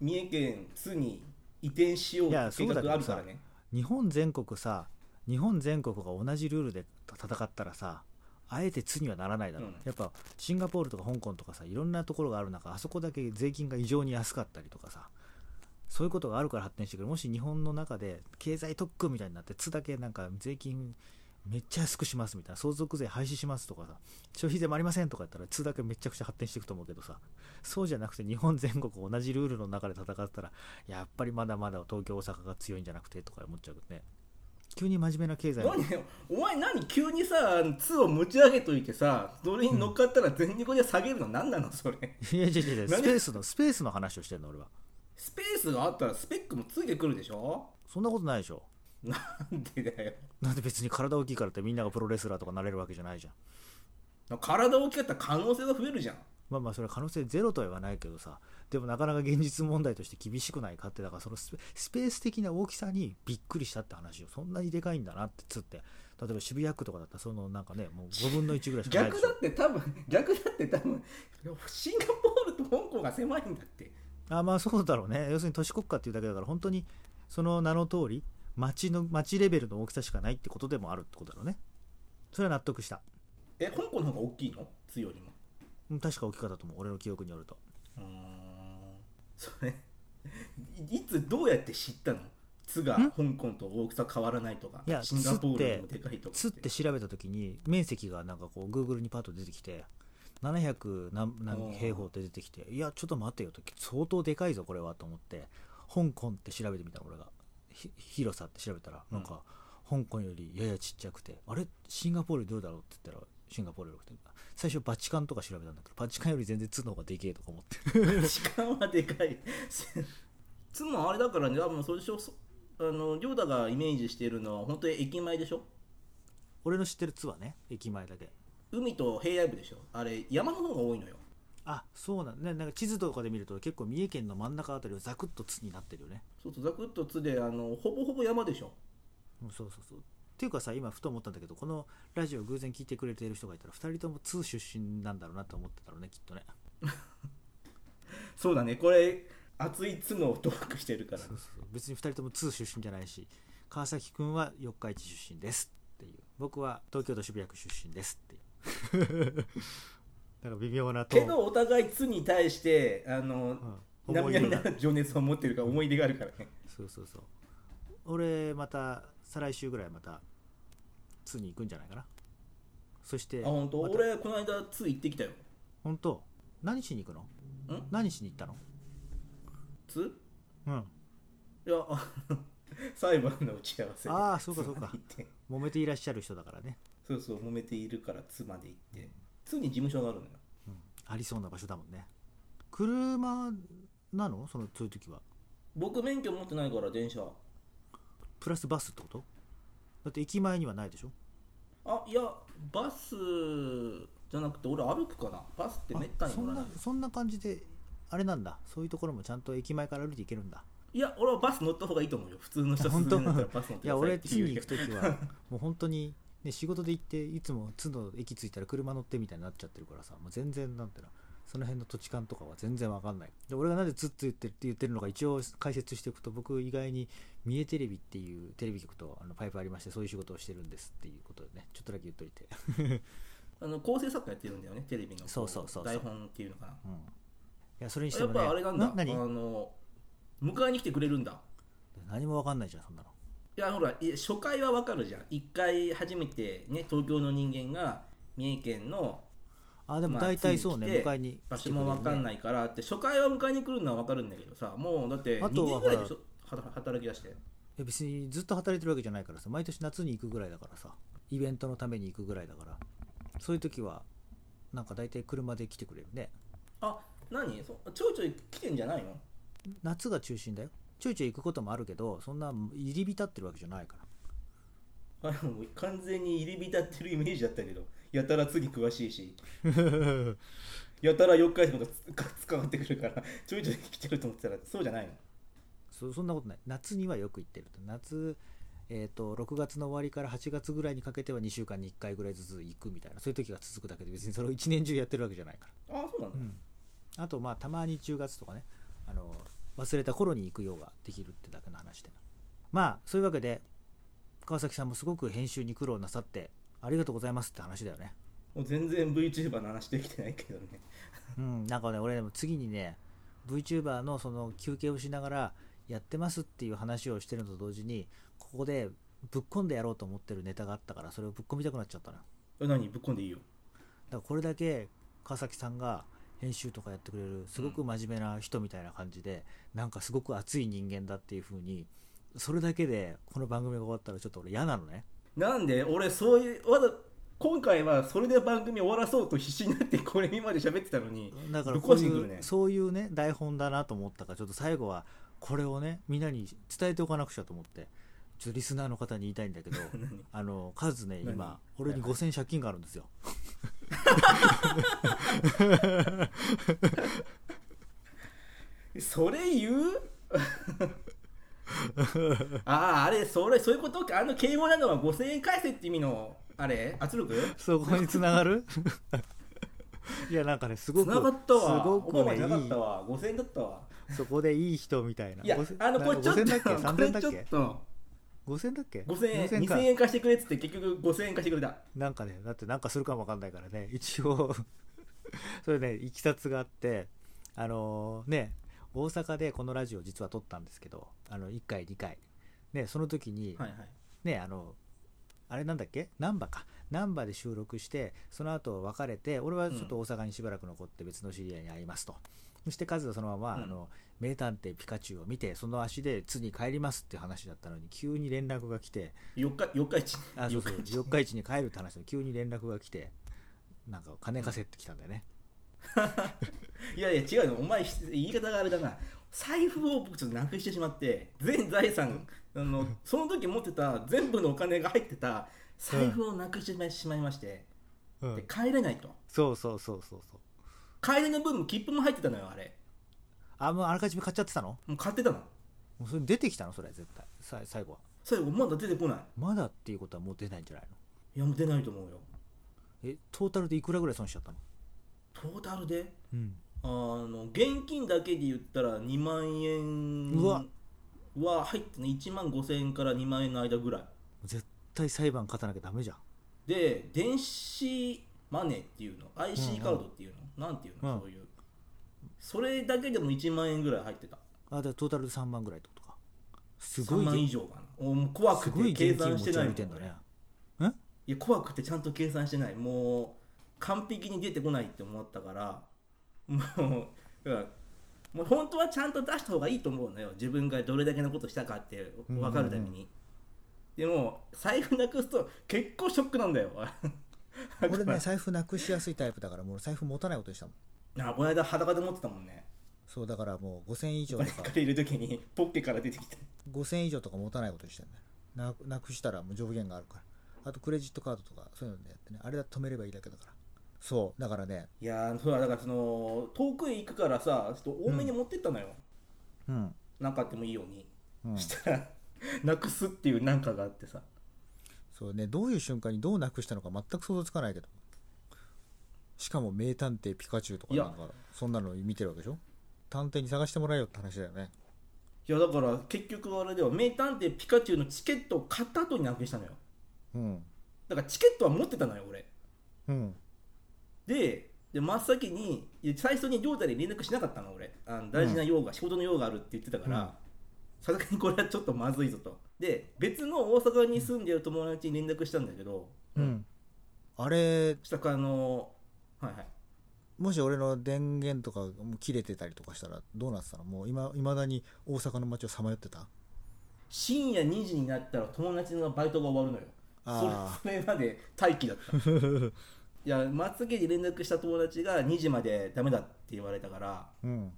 Speaker 1: 三重県津に移転しようっ
Speaker 2: い
Speaker 1: て
Speaker 2: や
Speaker 1: 計
Speaker 2: そうだけど
Speaker 1: 画あるからね
Speaker 2: 日本全国さ日本全国が同じルールで戦ったらさあえて津にはならないだろうね、
Speaker 1: うん
Speaker 2: やっぱシンガポールとか香港とかさいろんなところがある中あそこだけ税金が異常に安かったりとかさそういうことがあるから発展してくるもし日本の中で経済特区みたいになって津だけなんか税金めっちゃ安くしますみたいな相続税廃止しますとかさ消費税もありませんとか言ったら津だけめちゃくちゃ発展していくと思うけどさそうじゃなくて日本全国同じルールの中で戦ったらやっぱりまだまだ東京大阪が強いんじゃなくてとか思っちゃうけどね急に真面目な経済の
Speaker 1: 何よお前何急にさあの津を持ち上げといてさそれに乗っかったら全日本で下げるの何なのそれ
Speaker 2: いやいやいやいや
Speaker 1: 何
Speaker 2: スペースのスペースの話をしてるの俺は
Speaker 1: スペースがあったらスペックもついてくるでしょ
Speaker 2: そんなことないでしょ
Speaker 1: なんでだよ
Speaker 2: なんで別に体大きいからってみんながプロレスラーとかなれるわけじゃないじゃん
Speaker 1: 体大きかったら可能性が増えるじゃん
Speaker 2: まあまあそれは可能性ゼロとは言わないけどさでもなかなか現実問題として厳しくないかってだからそのスペスペース的な大きさにびっくりしたって話をそんなにでかいんだなってつって例えば渋谷区とかだったらそのなんかねもう5分の1ぐらいしかないで
Speaker 1: 逆
Speaker 2: し
Speaker 1: だ
Speaker 2: ょ
Speaker 1: って多分逆だって多分シンガポールと香港が狭いんだって
Speaker 2: あまあそうだろうね要するに都市国家っていうだけだから本当にその名の通り町の町レベルの大きさしかないってことでもあるってことだろうねそれは納得した
Speaker 1: え香港の方が大きいの強いよりも
Speaker 2: うん確か大きかったと思う俺の記憶によると
Speaker 1: うーんそれいいつどうやって知ったの津が
Speaker 2: ん
Speaker 1: 香港と大きさ変わらないとか
Speaker 2: いや
Speaker 1: シンガポールよりもでかいとか
Speaker 2: つって調べた時に面積がなんかこう Google にパッと出てきて700何
Speaker 1: お
Speaker 2: 何
Speaker 1: ー
Speaker 2: 平方って出てきていやちょっと待てよと相当でかいぞこれはと思って香港って調べてみたの俺がひ広さって調べたら
Speaker 1: うん
Speaker 2: なんか香港よりややちっちゃくてあれシンガポールどうだろうって言ったらシンガポールより大きくて最初バチカンとか調べたんだけどバチカンより全然津の方がでけえとか 思って
Speaker 1: 時間はでかい津もあれだからねあもうそれでしょそあの亮太がイメージしてるのは本当に駅前でしょ
Speaker 2: 俺の知ってる津はね駅前だけ
Speaker 1: 海と平野部でしょあれ山の方が多いのよ
Speaker 2: あそうなんねなんか地図とかで見ると結構三重県の真ん中あたりはザクッと津になってるよね
Speaker 1: そうそうザクッと津であのほぼほぼ山でしょ
Speaker 2: うんそうそうそうっていうかさ今ふと思ったんだけどこのラジオ偶然聞いてくれてる人がいたら2人とも2出身なんだろうなと思ってたろうねきっとね
Speaker 1: そうだねこれ熱い津のトークしてるから
Speaker 2: そうそうそう別に2人とも2出身じゃないし川崎くんは四日市出身ですっていう僕は東京都渋谷区出身ですっていう なんか微妙なと
Speaker 1: けどお互い津に対してあの、
Speaker 2: うん、思
Speaker 1: 涙
Speaker 2: い入れ
Speaker 1: に
Speaker 2: が
Speaker 1: な
Speaker 2: ある
Speaker 1: る情熱を持ってるから思い出があるからね
Speaker 2: そうそうそう俺また再来週ぐらいまた2に行くんじゃないかなそし
Speaker 1: あ
Speaker 2: て
Speaker 1: 本当、
Speaker 2: また
Speaker 1: 俺この間津行ってきたよ
Speaker 2: 本当何しに行くの
Speaker 1: ん
Speaker 2: 何しに行ったの
Speaker 1: 津
Speaker 2: うん
Speaker 1: いやあの 裁判の打ち合わせで
Speaker 2: あーそうかそうか
Speaker 1: 津まで行って
Speaker 2: 揉めていらっしゃる人だからね、
Speaker 1: そうそう揉めているから津まで行って津に事務所があるのよ
Speaker 2: うん、ありそうな場所だもんね車なのそのそういう時は
Speaker 1: 僕免許持ってないから電車
Speaker 2: プラスバスってことだって駅前にはないでしょ
Speaker 1: あいやバスじゃなくて俺歩くかなバスってめった
Speaker 2: あ
Speaker 1: に
Speaker 2: そ
Speaker 1: 乗
Speaker 2: ん
Speaker 1: らない
Speaker 2: なそんな感じであれなんだそういうところもちゃんと駅前から歩いて行けるんだ
Speaker 1: いや俺はバス乗った方がいいと思うよ普通の人
Speaker 2: あ本当
Speaker 1: 勧められたらバス乗って
Speaker 2: い
Speaker 1: くだ
Speaker 2: や
Speaker 1: さい
Speaker 2: 俺
Speaker 1: って
Speaker 2: 次
Speaker 1: いう
Speaker 2: に行く 時はもう本当にね仕事で行っていつも津の駅着いたら車乗ってみたいになっちゃってるからさもう全然なんていうのその辺の土地勘とかは全然わかんないで俺がなぜ津って言ってるって言ってるのか一応解説していくと僕意外に三重テレビっていうテレビ局とあのパイプありましてそういう仕事をしてるんですっていうことでねちょっとだけ言っといて、
Speaker 1: あの構成作家やってるんだよねテレビの
Speaker 2: そうそうそうそう
Speaker 1: 台本っていうのかな
Speaker 2: うん、いやそれにして
Speaker 1: やっ
Speaker 2: もね
Speaker 1: ぱあれなんだあ
Speaker 2: 何
Speaker 1: の迎えに来てくれるんだ
Speaker 2: 何もわかんないじゃんそんなの
Speaker 1: いやほらいや初回はわかるじゃん一回初めてね東京の人間が三重県の
Speaker 2: あでも
Speaker 1: まあ
Speaker 2: 大体そうね、
Speaker 1: 次に来て
Speaker 2: 迎えに
Speaker 1: 場所もわかん
Speaker 2: い
Speaker 1: ないからって初回は迎えに来るのはわかるんだけどさもうだって
Speaker 2: あと
Speaker 1: 2年
Speaker 2: は
Speaker 1: ぐらいでしょ働働き出して
Speaker 2: え別にずっと働いてるわけじゃないからさ毎年夏に行くぐらいだからさイベントのために行くぐらいだからそういう時はなんか大体車で来てくれるね
Speaker 1: あ何そちょいちょい来てんじゃないの
Speaker 2: 夏が中心だよちょいちょい行くこともあるけどそんな入り浸ってるわけじゃないから
Speaker 1: あもう完全に入り浸ってるイメージだったけどやたら次詳しいしやたら4日ってこと使ってくるからちょいちょい来てると思ってたらそうじゃないの
Speaker 2: そそんなことない夏にはよく行ってる夏えー、と6月の終わりから8月ぐらいにかけては2週間に1回ぐらいずつ行くみたいなそういう時が続くだけで別にそれを1年中やってるわけじゃないから
Speaker 1: あそうなんだ、
Speaker 2: あとまあたまに10月とかねあの忘れた頃に行くようができるってだけの話でまあそういうわけで川崎さんもすごく編集に苦労なさってありがとうございますって話だ よね
Speaker 1: もう全然 VTuber の話できてないけどね
Speaker 2: うんなんかね俺でも次にね VTuber のその休憩をしながらやってますっていう話をしてるのと同時にここでぶっ込んでやろうと思ってるネタがあったからそれをぶっ込みたくなっちゃったのよ
Speaker 1: え何ぶっこんでいいよ
Speaker 2: だからこれだけ川崎さんが編集とかやってくれるすごく真面目な人みたいな感じで、なんかすごく熱い人間だっていう風にそれだけでこの番組が終わったらちょっと俺嫌なのね
Speaker 1: なんで俺そういうわざ今回はそれで番組終わらそうと必死になってこれにまで喋ってたのに
Speaker 2: だから
Speaker 1: ぶっ
Speaker 2: こ
Speaker 1: 壊
Speaker 2: う
Speaker 1: して
Speaker 2: い
Speaker 1: くる
Speaker 2: う、
Speaker 1: ね
Speaker 2: そういうね台本だなと思ったからちょっと最後はこれをねみんなに伝えておかなくちゃと思ってちょっとリスナーの方に言いたいんだ けどあのカズね今俺に5000借金があるんですよ
Speaker 1: それ言う あああれそれそういうことあの敬語なのは5000円返せって意味のあれ圧力
Speaker 2: そこに繋がる いやなんかねすご
Speaker 1: つ
Speaker 2: く
Speaker 1: ながったわ
Speaker 2: すご
Speaker 1: オバマ
Speaker 2: くね
Speaker 1: じゃなかっ
Speaker 2: いい
Speaker 1: たわ5000円だったわ
Speaker 2: そこでいい人みたいな。
Speaker 1: いや
Speaker 2: 5000
Speaker 1: あのこれちょっと
Speaker 2: 5000だっけ ?3000 だ
Speaker 1: これ
Speaker 2: っけ
Speaker 1: ちょっ
Speaker 2: ?5000 だっけ
Speaker 1: と5000円
Speaker 2: か
Speaker 1: 2000円貸してくれっつって結局5000円貸してくれた
Speaker 2: なんかね、だってなんかするかもわかんないから ね、一応、それね、いきさつがあって、あのーね、大阪でこのラジオ実は撮ったんですけどあの1回2回ねその時に、
Speaker 1: はいはい
Speaker 2: ねあのあれなんだっけ難波か難波で収録してその後別れて俺はちょっと大阪にしばらく残って別の知り合いに会いますと、そしてカズはそのまま、
Speaker 1: うん
Speaker 2: あの名探偵ピカチュウを見てその足で津に帰りますって話だったのに急に連絡が来て
Speaker 1: 四日四日市
Speaker 2: あそうそう
Speaker 1: 四日市
Speaker 2: 四日市に帰るって話で急に連絡が来てなんか金稼ってきたんだよね
Speaker 1: いやいや違うよお前言い方があれだな財布を僕ちょっとなくしてしまって全財産あのその時持ってた全部のお金が入ってた財布をなくしてしまいまして、
Speaker 2: うん
Speaker 1: で帰れないと
Speaker 2: そうそうそうそうそう
Speaker 1: 帰りの分も切符も入ってたのよあれ
Speaker 2: あもうあらかじめ買っちゃってたの
Speaker 1: もう買ってたの
Speaker 2: もうそれ出てきたのそれ絶対さ最後は
Speaker 1: それまだ出てこない
Speaker 2: まだっていうことはもう出ないんじゃないの
Speaker 1: いやもう出ないと思うよ
Speaker 2: えトータルでいくらぐらい損しちゃったの
Speaker 1: トータルで
Speaker 2: うん
Speaker 1: あの現金だけで言ったら2万
Speaker 2: うわ
Speaker 1: 円は入ってね1万5000円から2万円の間ぐらい
Speaker 2: 絶対裁判勝たなきゃダメじゃん
Speaker 1: で電子マネーっていうの IC カードっていうの、なんていうの、
Speaker 2: うん
Speaker 1: そういうそれだけでも1万円ぐらい入ってた
Speaker 2: あだからトータルで3万ぐらいってことかす
Speaker 1: 3
Speaker 2: ごい
Speaker 1: 万以
Speaker 2: げ
Speaker 1: 上かなおもう怖
Speaker 2: す
Speaker 1: く
Speaker 2: ごい
Speaker 1: て計
Speaker 2: 現金
Speaker 1: 算
Speaker 2: 持
Speaker 1: して
Speaker 2: ち
Speaker 1: ない
Speaker 2: 歩
Speaker 1: も
Speaker 2: い
Speaker 1: ん
Speaker 2: てんだね
Speaker 1: いや怖くてちゃんと計算してないもう完璧に出てこないって思ったからもうだからもう本当はちゃんと出した方がいいと思うのよ自分がどれだけのことしたかって分かるために、でも財布なくすと結構ショックなんだよ
Speaker 2: 俺ね財布なくしやすいタイプだからもう財布持たないことにしたもん
Speaker 1: あこの間裸で持ってたもんね
Speaker 2: そうだからもう5000円以上
Speaker 1: バ
Speaker 2: と
Speaker 1: イ
Speaker 2: か
Speaker 1: ク借りる時にポッケから出てきた
Speaker 2: 5000円以上とか持たないことにしてんだよななくしたらもう上限があるからあとクレジットカードとかそういうのでやってねあれだと止めればいいだけだからそうだからね
Speaker 1: いやーそうだだからその遠くへ行くからさちょっと多めに持ってったのよ、
Speaker 2: うん、
Speaker 1: なんかあってもいいように、
Speaker 2: うん、
Speaker 1: したらなくすっていうなんかがあってさ
Speaker 2: そうねどういう瞬間にどうなくしたのか全く想像つかないけどしかも名探偵ピカチュウとか
Speaker 1: いや
Speaker 2: なんかそんなの見てるわけでしょ探偵に探してもらえよって話だよね
Speaker 1: いやだから結局あれでは名探偵ピカチュウのチケットを買った後になくしたのよ
Speaker 2: うん
Speaker 1: だからチケットは持ってたのよ俺
Speaker 2: うん
Speaker 1: でで真っ先にいや最初に亮太に連絡しなかったの俺あの大事な用が、仕事の用があるって言ってたからさすがにこれはちょっとまずいぞとで別の大阪に住んでる友達に連絡したんだけど、
Speaker 2: うんあれ
Speaker 1: そしたらあのはいはい
Speaker 2: もし俺の電源とかもう切れてたりとかしたらどうなってたのもういまだに大阪の街をさまよってた
Speaker 1: 深夜2時になったら友達のバイトが終わるのよ
Speaker 2: あ
Speaker 1: それそれまで待機だった いやまつげに連絡した友達が2時までダメだって言われたから
Speaker 2: うん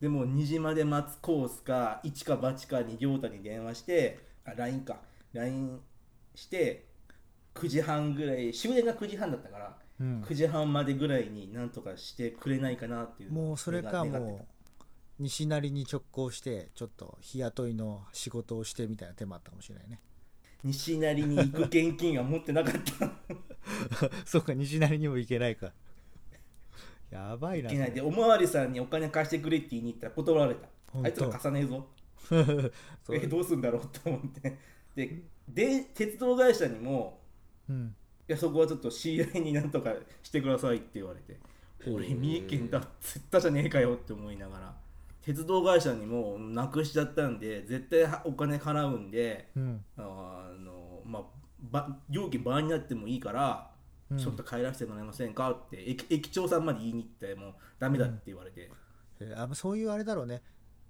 Speaker 1: でもう2時まで待つコースか一か八かに亮太に電話してあ LINE か LINE して9時半ぐらい終電が9時半だったから、
Speaker 2: うん
Speaker 1: 9時半までぐらいになんとかしてくれないかなっていう
Speaker 2: もうそれか
Speaker 1: 願って
Speaker 2: もう西成に直行してちょっと日雇いの仕事をしてみたいな手もあったかもしれないね
Speaker 1: 西成に行く現金は持ってなか った
Speaker 2: そうか西成にも行けないかやばい
Speaker 1: い
Speaker 2: な
Speaker 1: けないでおまわりさんにお金貸してくれって言いに行ったら断られた
Speaker 2: 本当
Speaker 1: あいつら貸さねえぞ
Speaker 2: そ
Speaker 1: え
Speaker 2: れ
Speaker 1: どうすんだろうと思ってでで鉄道会社にも
Speaker 2: うん
Speaker 1: いやそこはちょっと知り合いになんとかしてくださいって言われて俺
Speaker 2: へえ
Speaker 1: 三重県だっつったじゃねえかよって思いながら鉄道会社にもなくしちゃったんで絶対はお金払うんで
Speaker 2: うん
Speaker 1: あのまあば料金倍になってもいいから、
Speaker 2: うん
Speaker 1: ちょっと帰らせてもらえませんかって駅駅長さんまで言いに行ってもうダメだって言われて、
Speaker 2: えーあそういうあれだろうね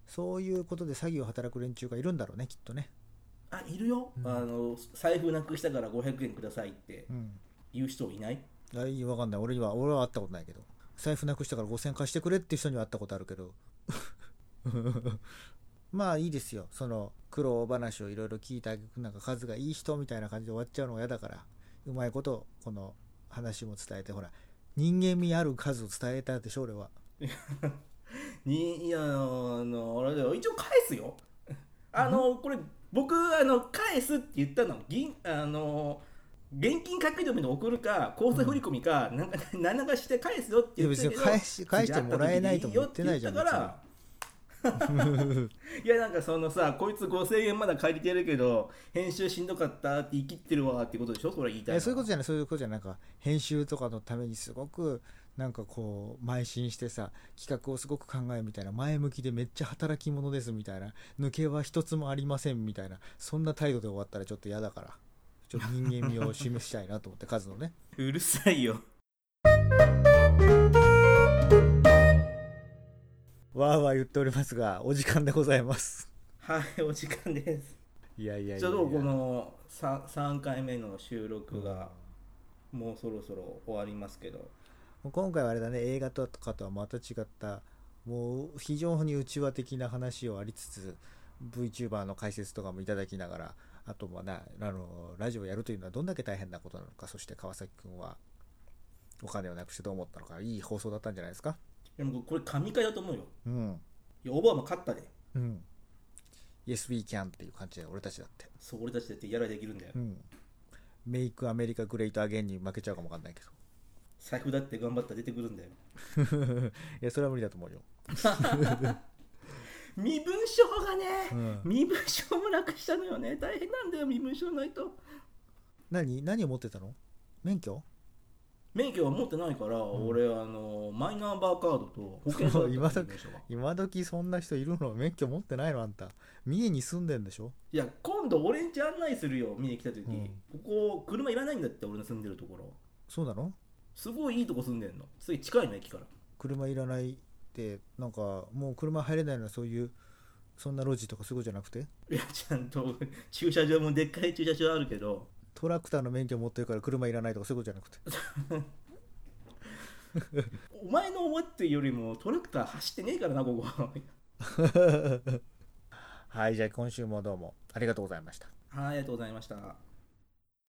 Speaker 2: そういうことで詐欺を働く連中がいるんだろうねきっとね
Speaker 1: あいるよ、
Speaker 2: うん
Speaker 1: あの財布なくしたから500円くださいって
Speaker 2: うん
Speaker 1: 言う人いない
Speaker 2: あいいわかんない俺には俺は会ったことないけど財布なくしたから5000円貸してくれっていう人には会ったことあるけど まあいいですよその苦労話をいろいろ聞いたなんか数がいい人みたいな感じで終わっちゃうのが嫌だからうまいことこの話も伝えてほら人間味ある数を伝えたでしょ俺は
Speaker 1: にいやあのあれだよ一応返すよあのこれ僕あの返すって言ったの銀あの現金書き留めで送るか口座振込か、なんか何らかして返すよって言ったけど
Speaker 2: いや別に返し返してもらえないとも言ってないじゃん
Speaker 1: だから いやなんかそのさこいつ5000円まだ借りてるけど編集しんどかったって言い切ってるわってことでしょそれ言いたいの
Speaker 2: えそういうことじゃないそういうことじゃないなんか編集とかのためにすごくなんかこう邁進してさ企画をすごく考えみたいな前向きでめっちゃ働き者ですみたいな抜けは一つもありませんみたいなそんな態度で終わったらちょっと嫌だからちょっと人間味を示したいなと思ってカズのね
Speaker 1: うるさいよ
Speaker 2: わーわー言っておりますがお時間でございます
Speaker 1: はいお時間です
Speaker 2: いやいやいや い
Speaker 1: ちょ
Speaker 2: や
Speaker 1: うどこの 3, 3回目の収録がもうそろそろ終わりますけど、
Speaker 2: もう今回はあれだね映画とかとはまた違ったもう非常に内輪的な話をありつつ VTuber の解説とかもいただきながらあとはなあのラジオやるというのはどんだけ大変なことなのかそして川崎君はお金をなくしてどう思ったのかいい放送だったんじゃないですか
Speaker 1: でもこれ神回だと思うよ
Speaker 2: うん
Speaker 1: いやオバマ勝ったで
Speaker 2: うん Yes we can っていう感じで俺たちだって
Speaker 1: そう俺たちだってやらできるんだよ、
Speaker 2: うんメイクアメリカグレートアゲンに負けちゃうかもわかんないけど
Speaker 1: 財布だって頑張ったら出てくるんだよ
Speaker 2: いやそれは無理だと思うよ
Speaker 1: 身分証がね、
Speaker 2: うん
Speaker 1: 身分証もなくしたのよね大変なんだよ身分証ないと
Speaker 2: 何何を持ってたの免許
Speaker 1: 免許は持ってないから、俺あのマイナンバーカードと保険証だったの
Speaker 2: 今だ
Speaker 1: 免許証が
Speaker 2: 今時そんな人いるの免許持ってないのあんた三重に住んでんでしょ
Speaker 1: いや今度俺んち案内するよ見に来た時、
Speaker 2: うん
Speaker 1: ここ車いらないんだって俺の住んでるところ
Speaker 2: そうなの
Speaker 1: すごいいいとこ住んでんのすごい近いの駅から
Speaker 2: 車いらないってなんかもう車入れないのはそういうそんな路地とかそういうことじゃなくて
Speaker 1: いやちゃんと 駐車場もでっかい駐車場あるけど
Speaker 2: トラクターの免許持ってるから車いらないとかそういうことじゃなくて
Speaker 1: お前の思ってるよりもトラクター走ってねえからなここ
Speaker 2: はいじゃあ今週もどうもありがとうございました
Speaker 1: はいありがとうございました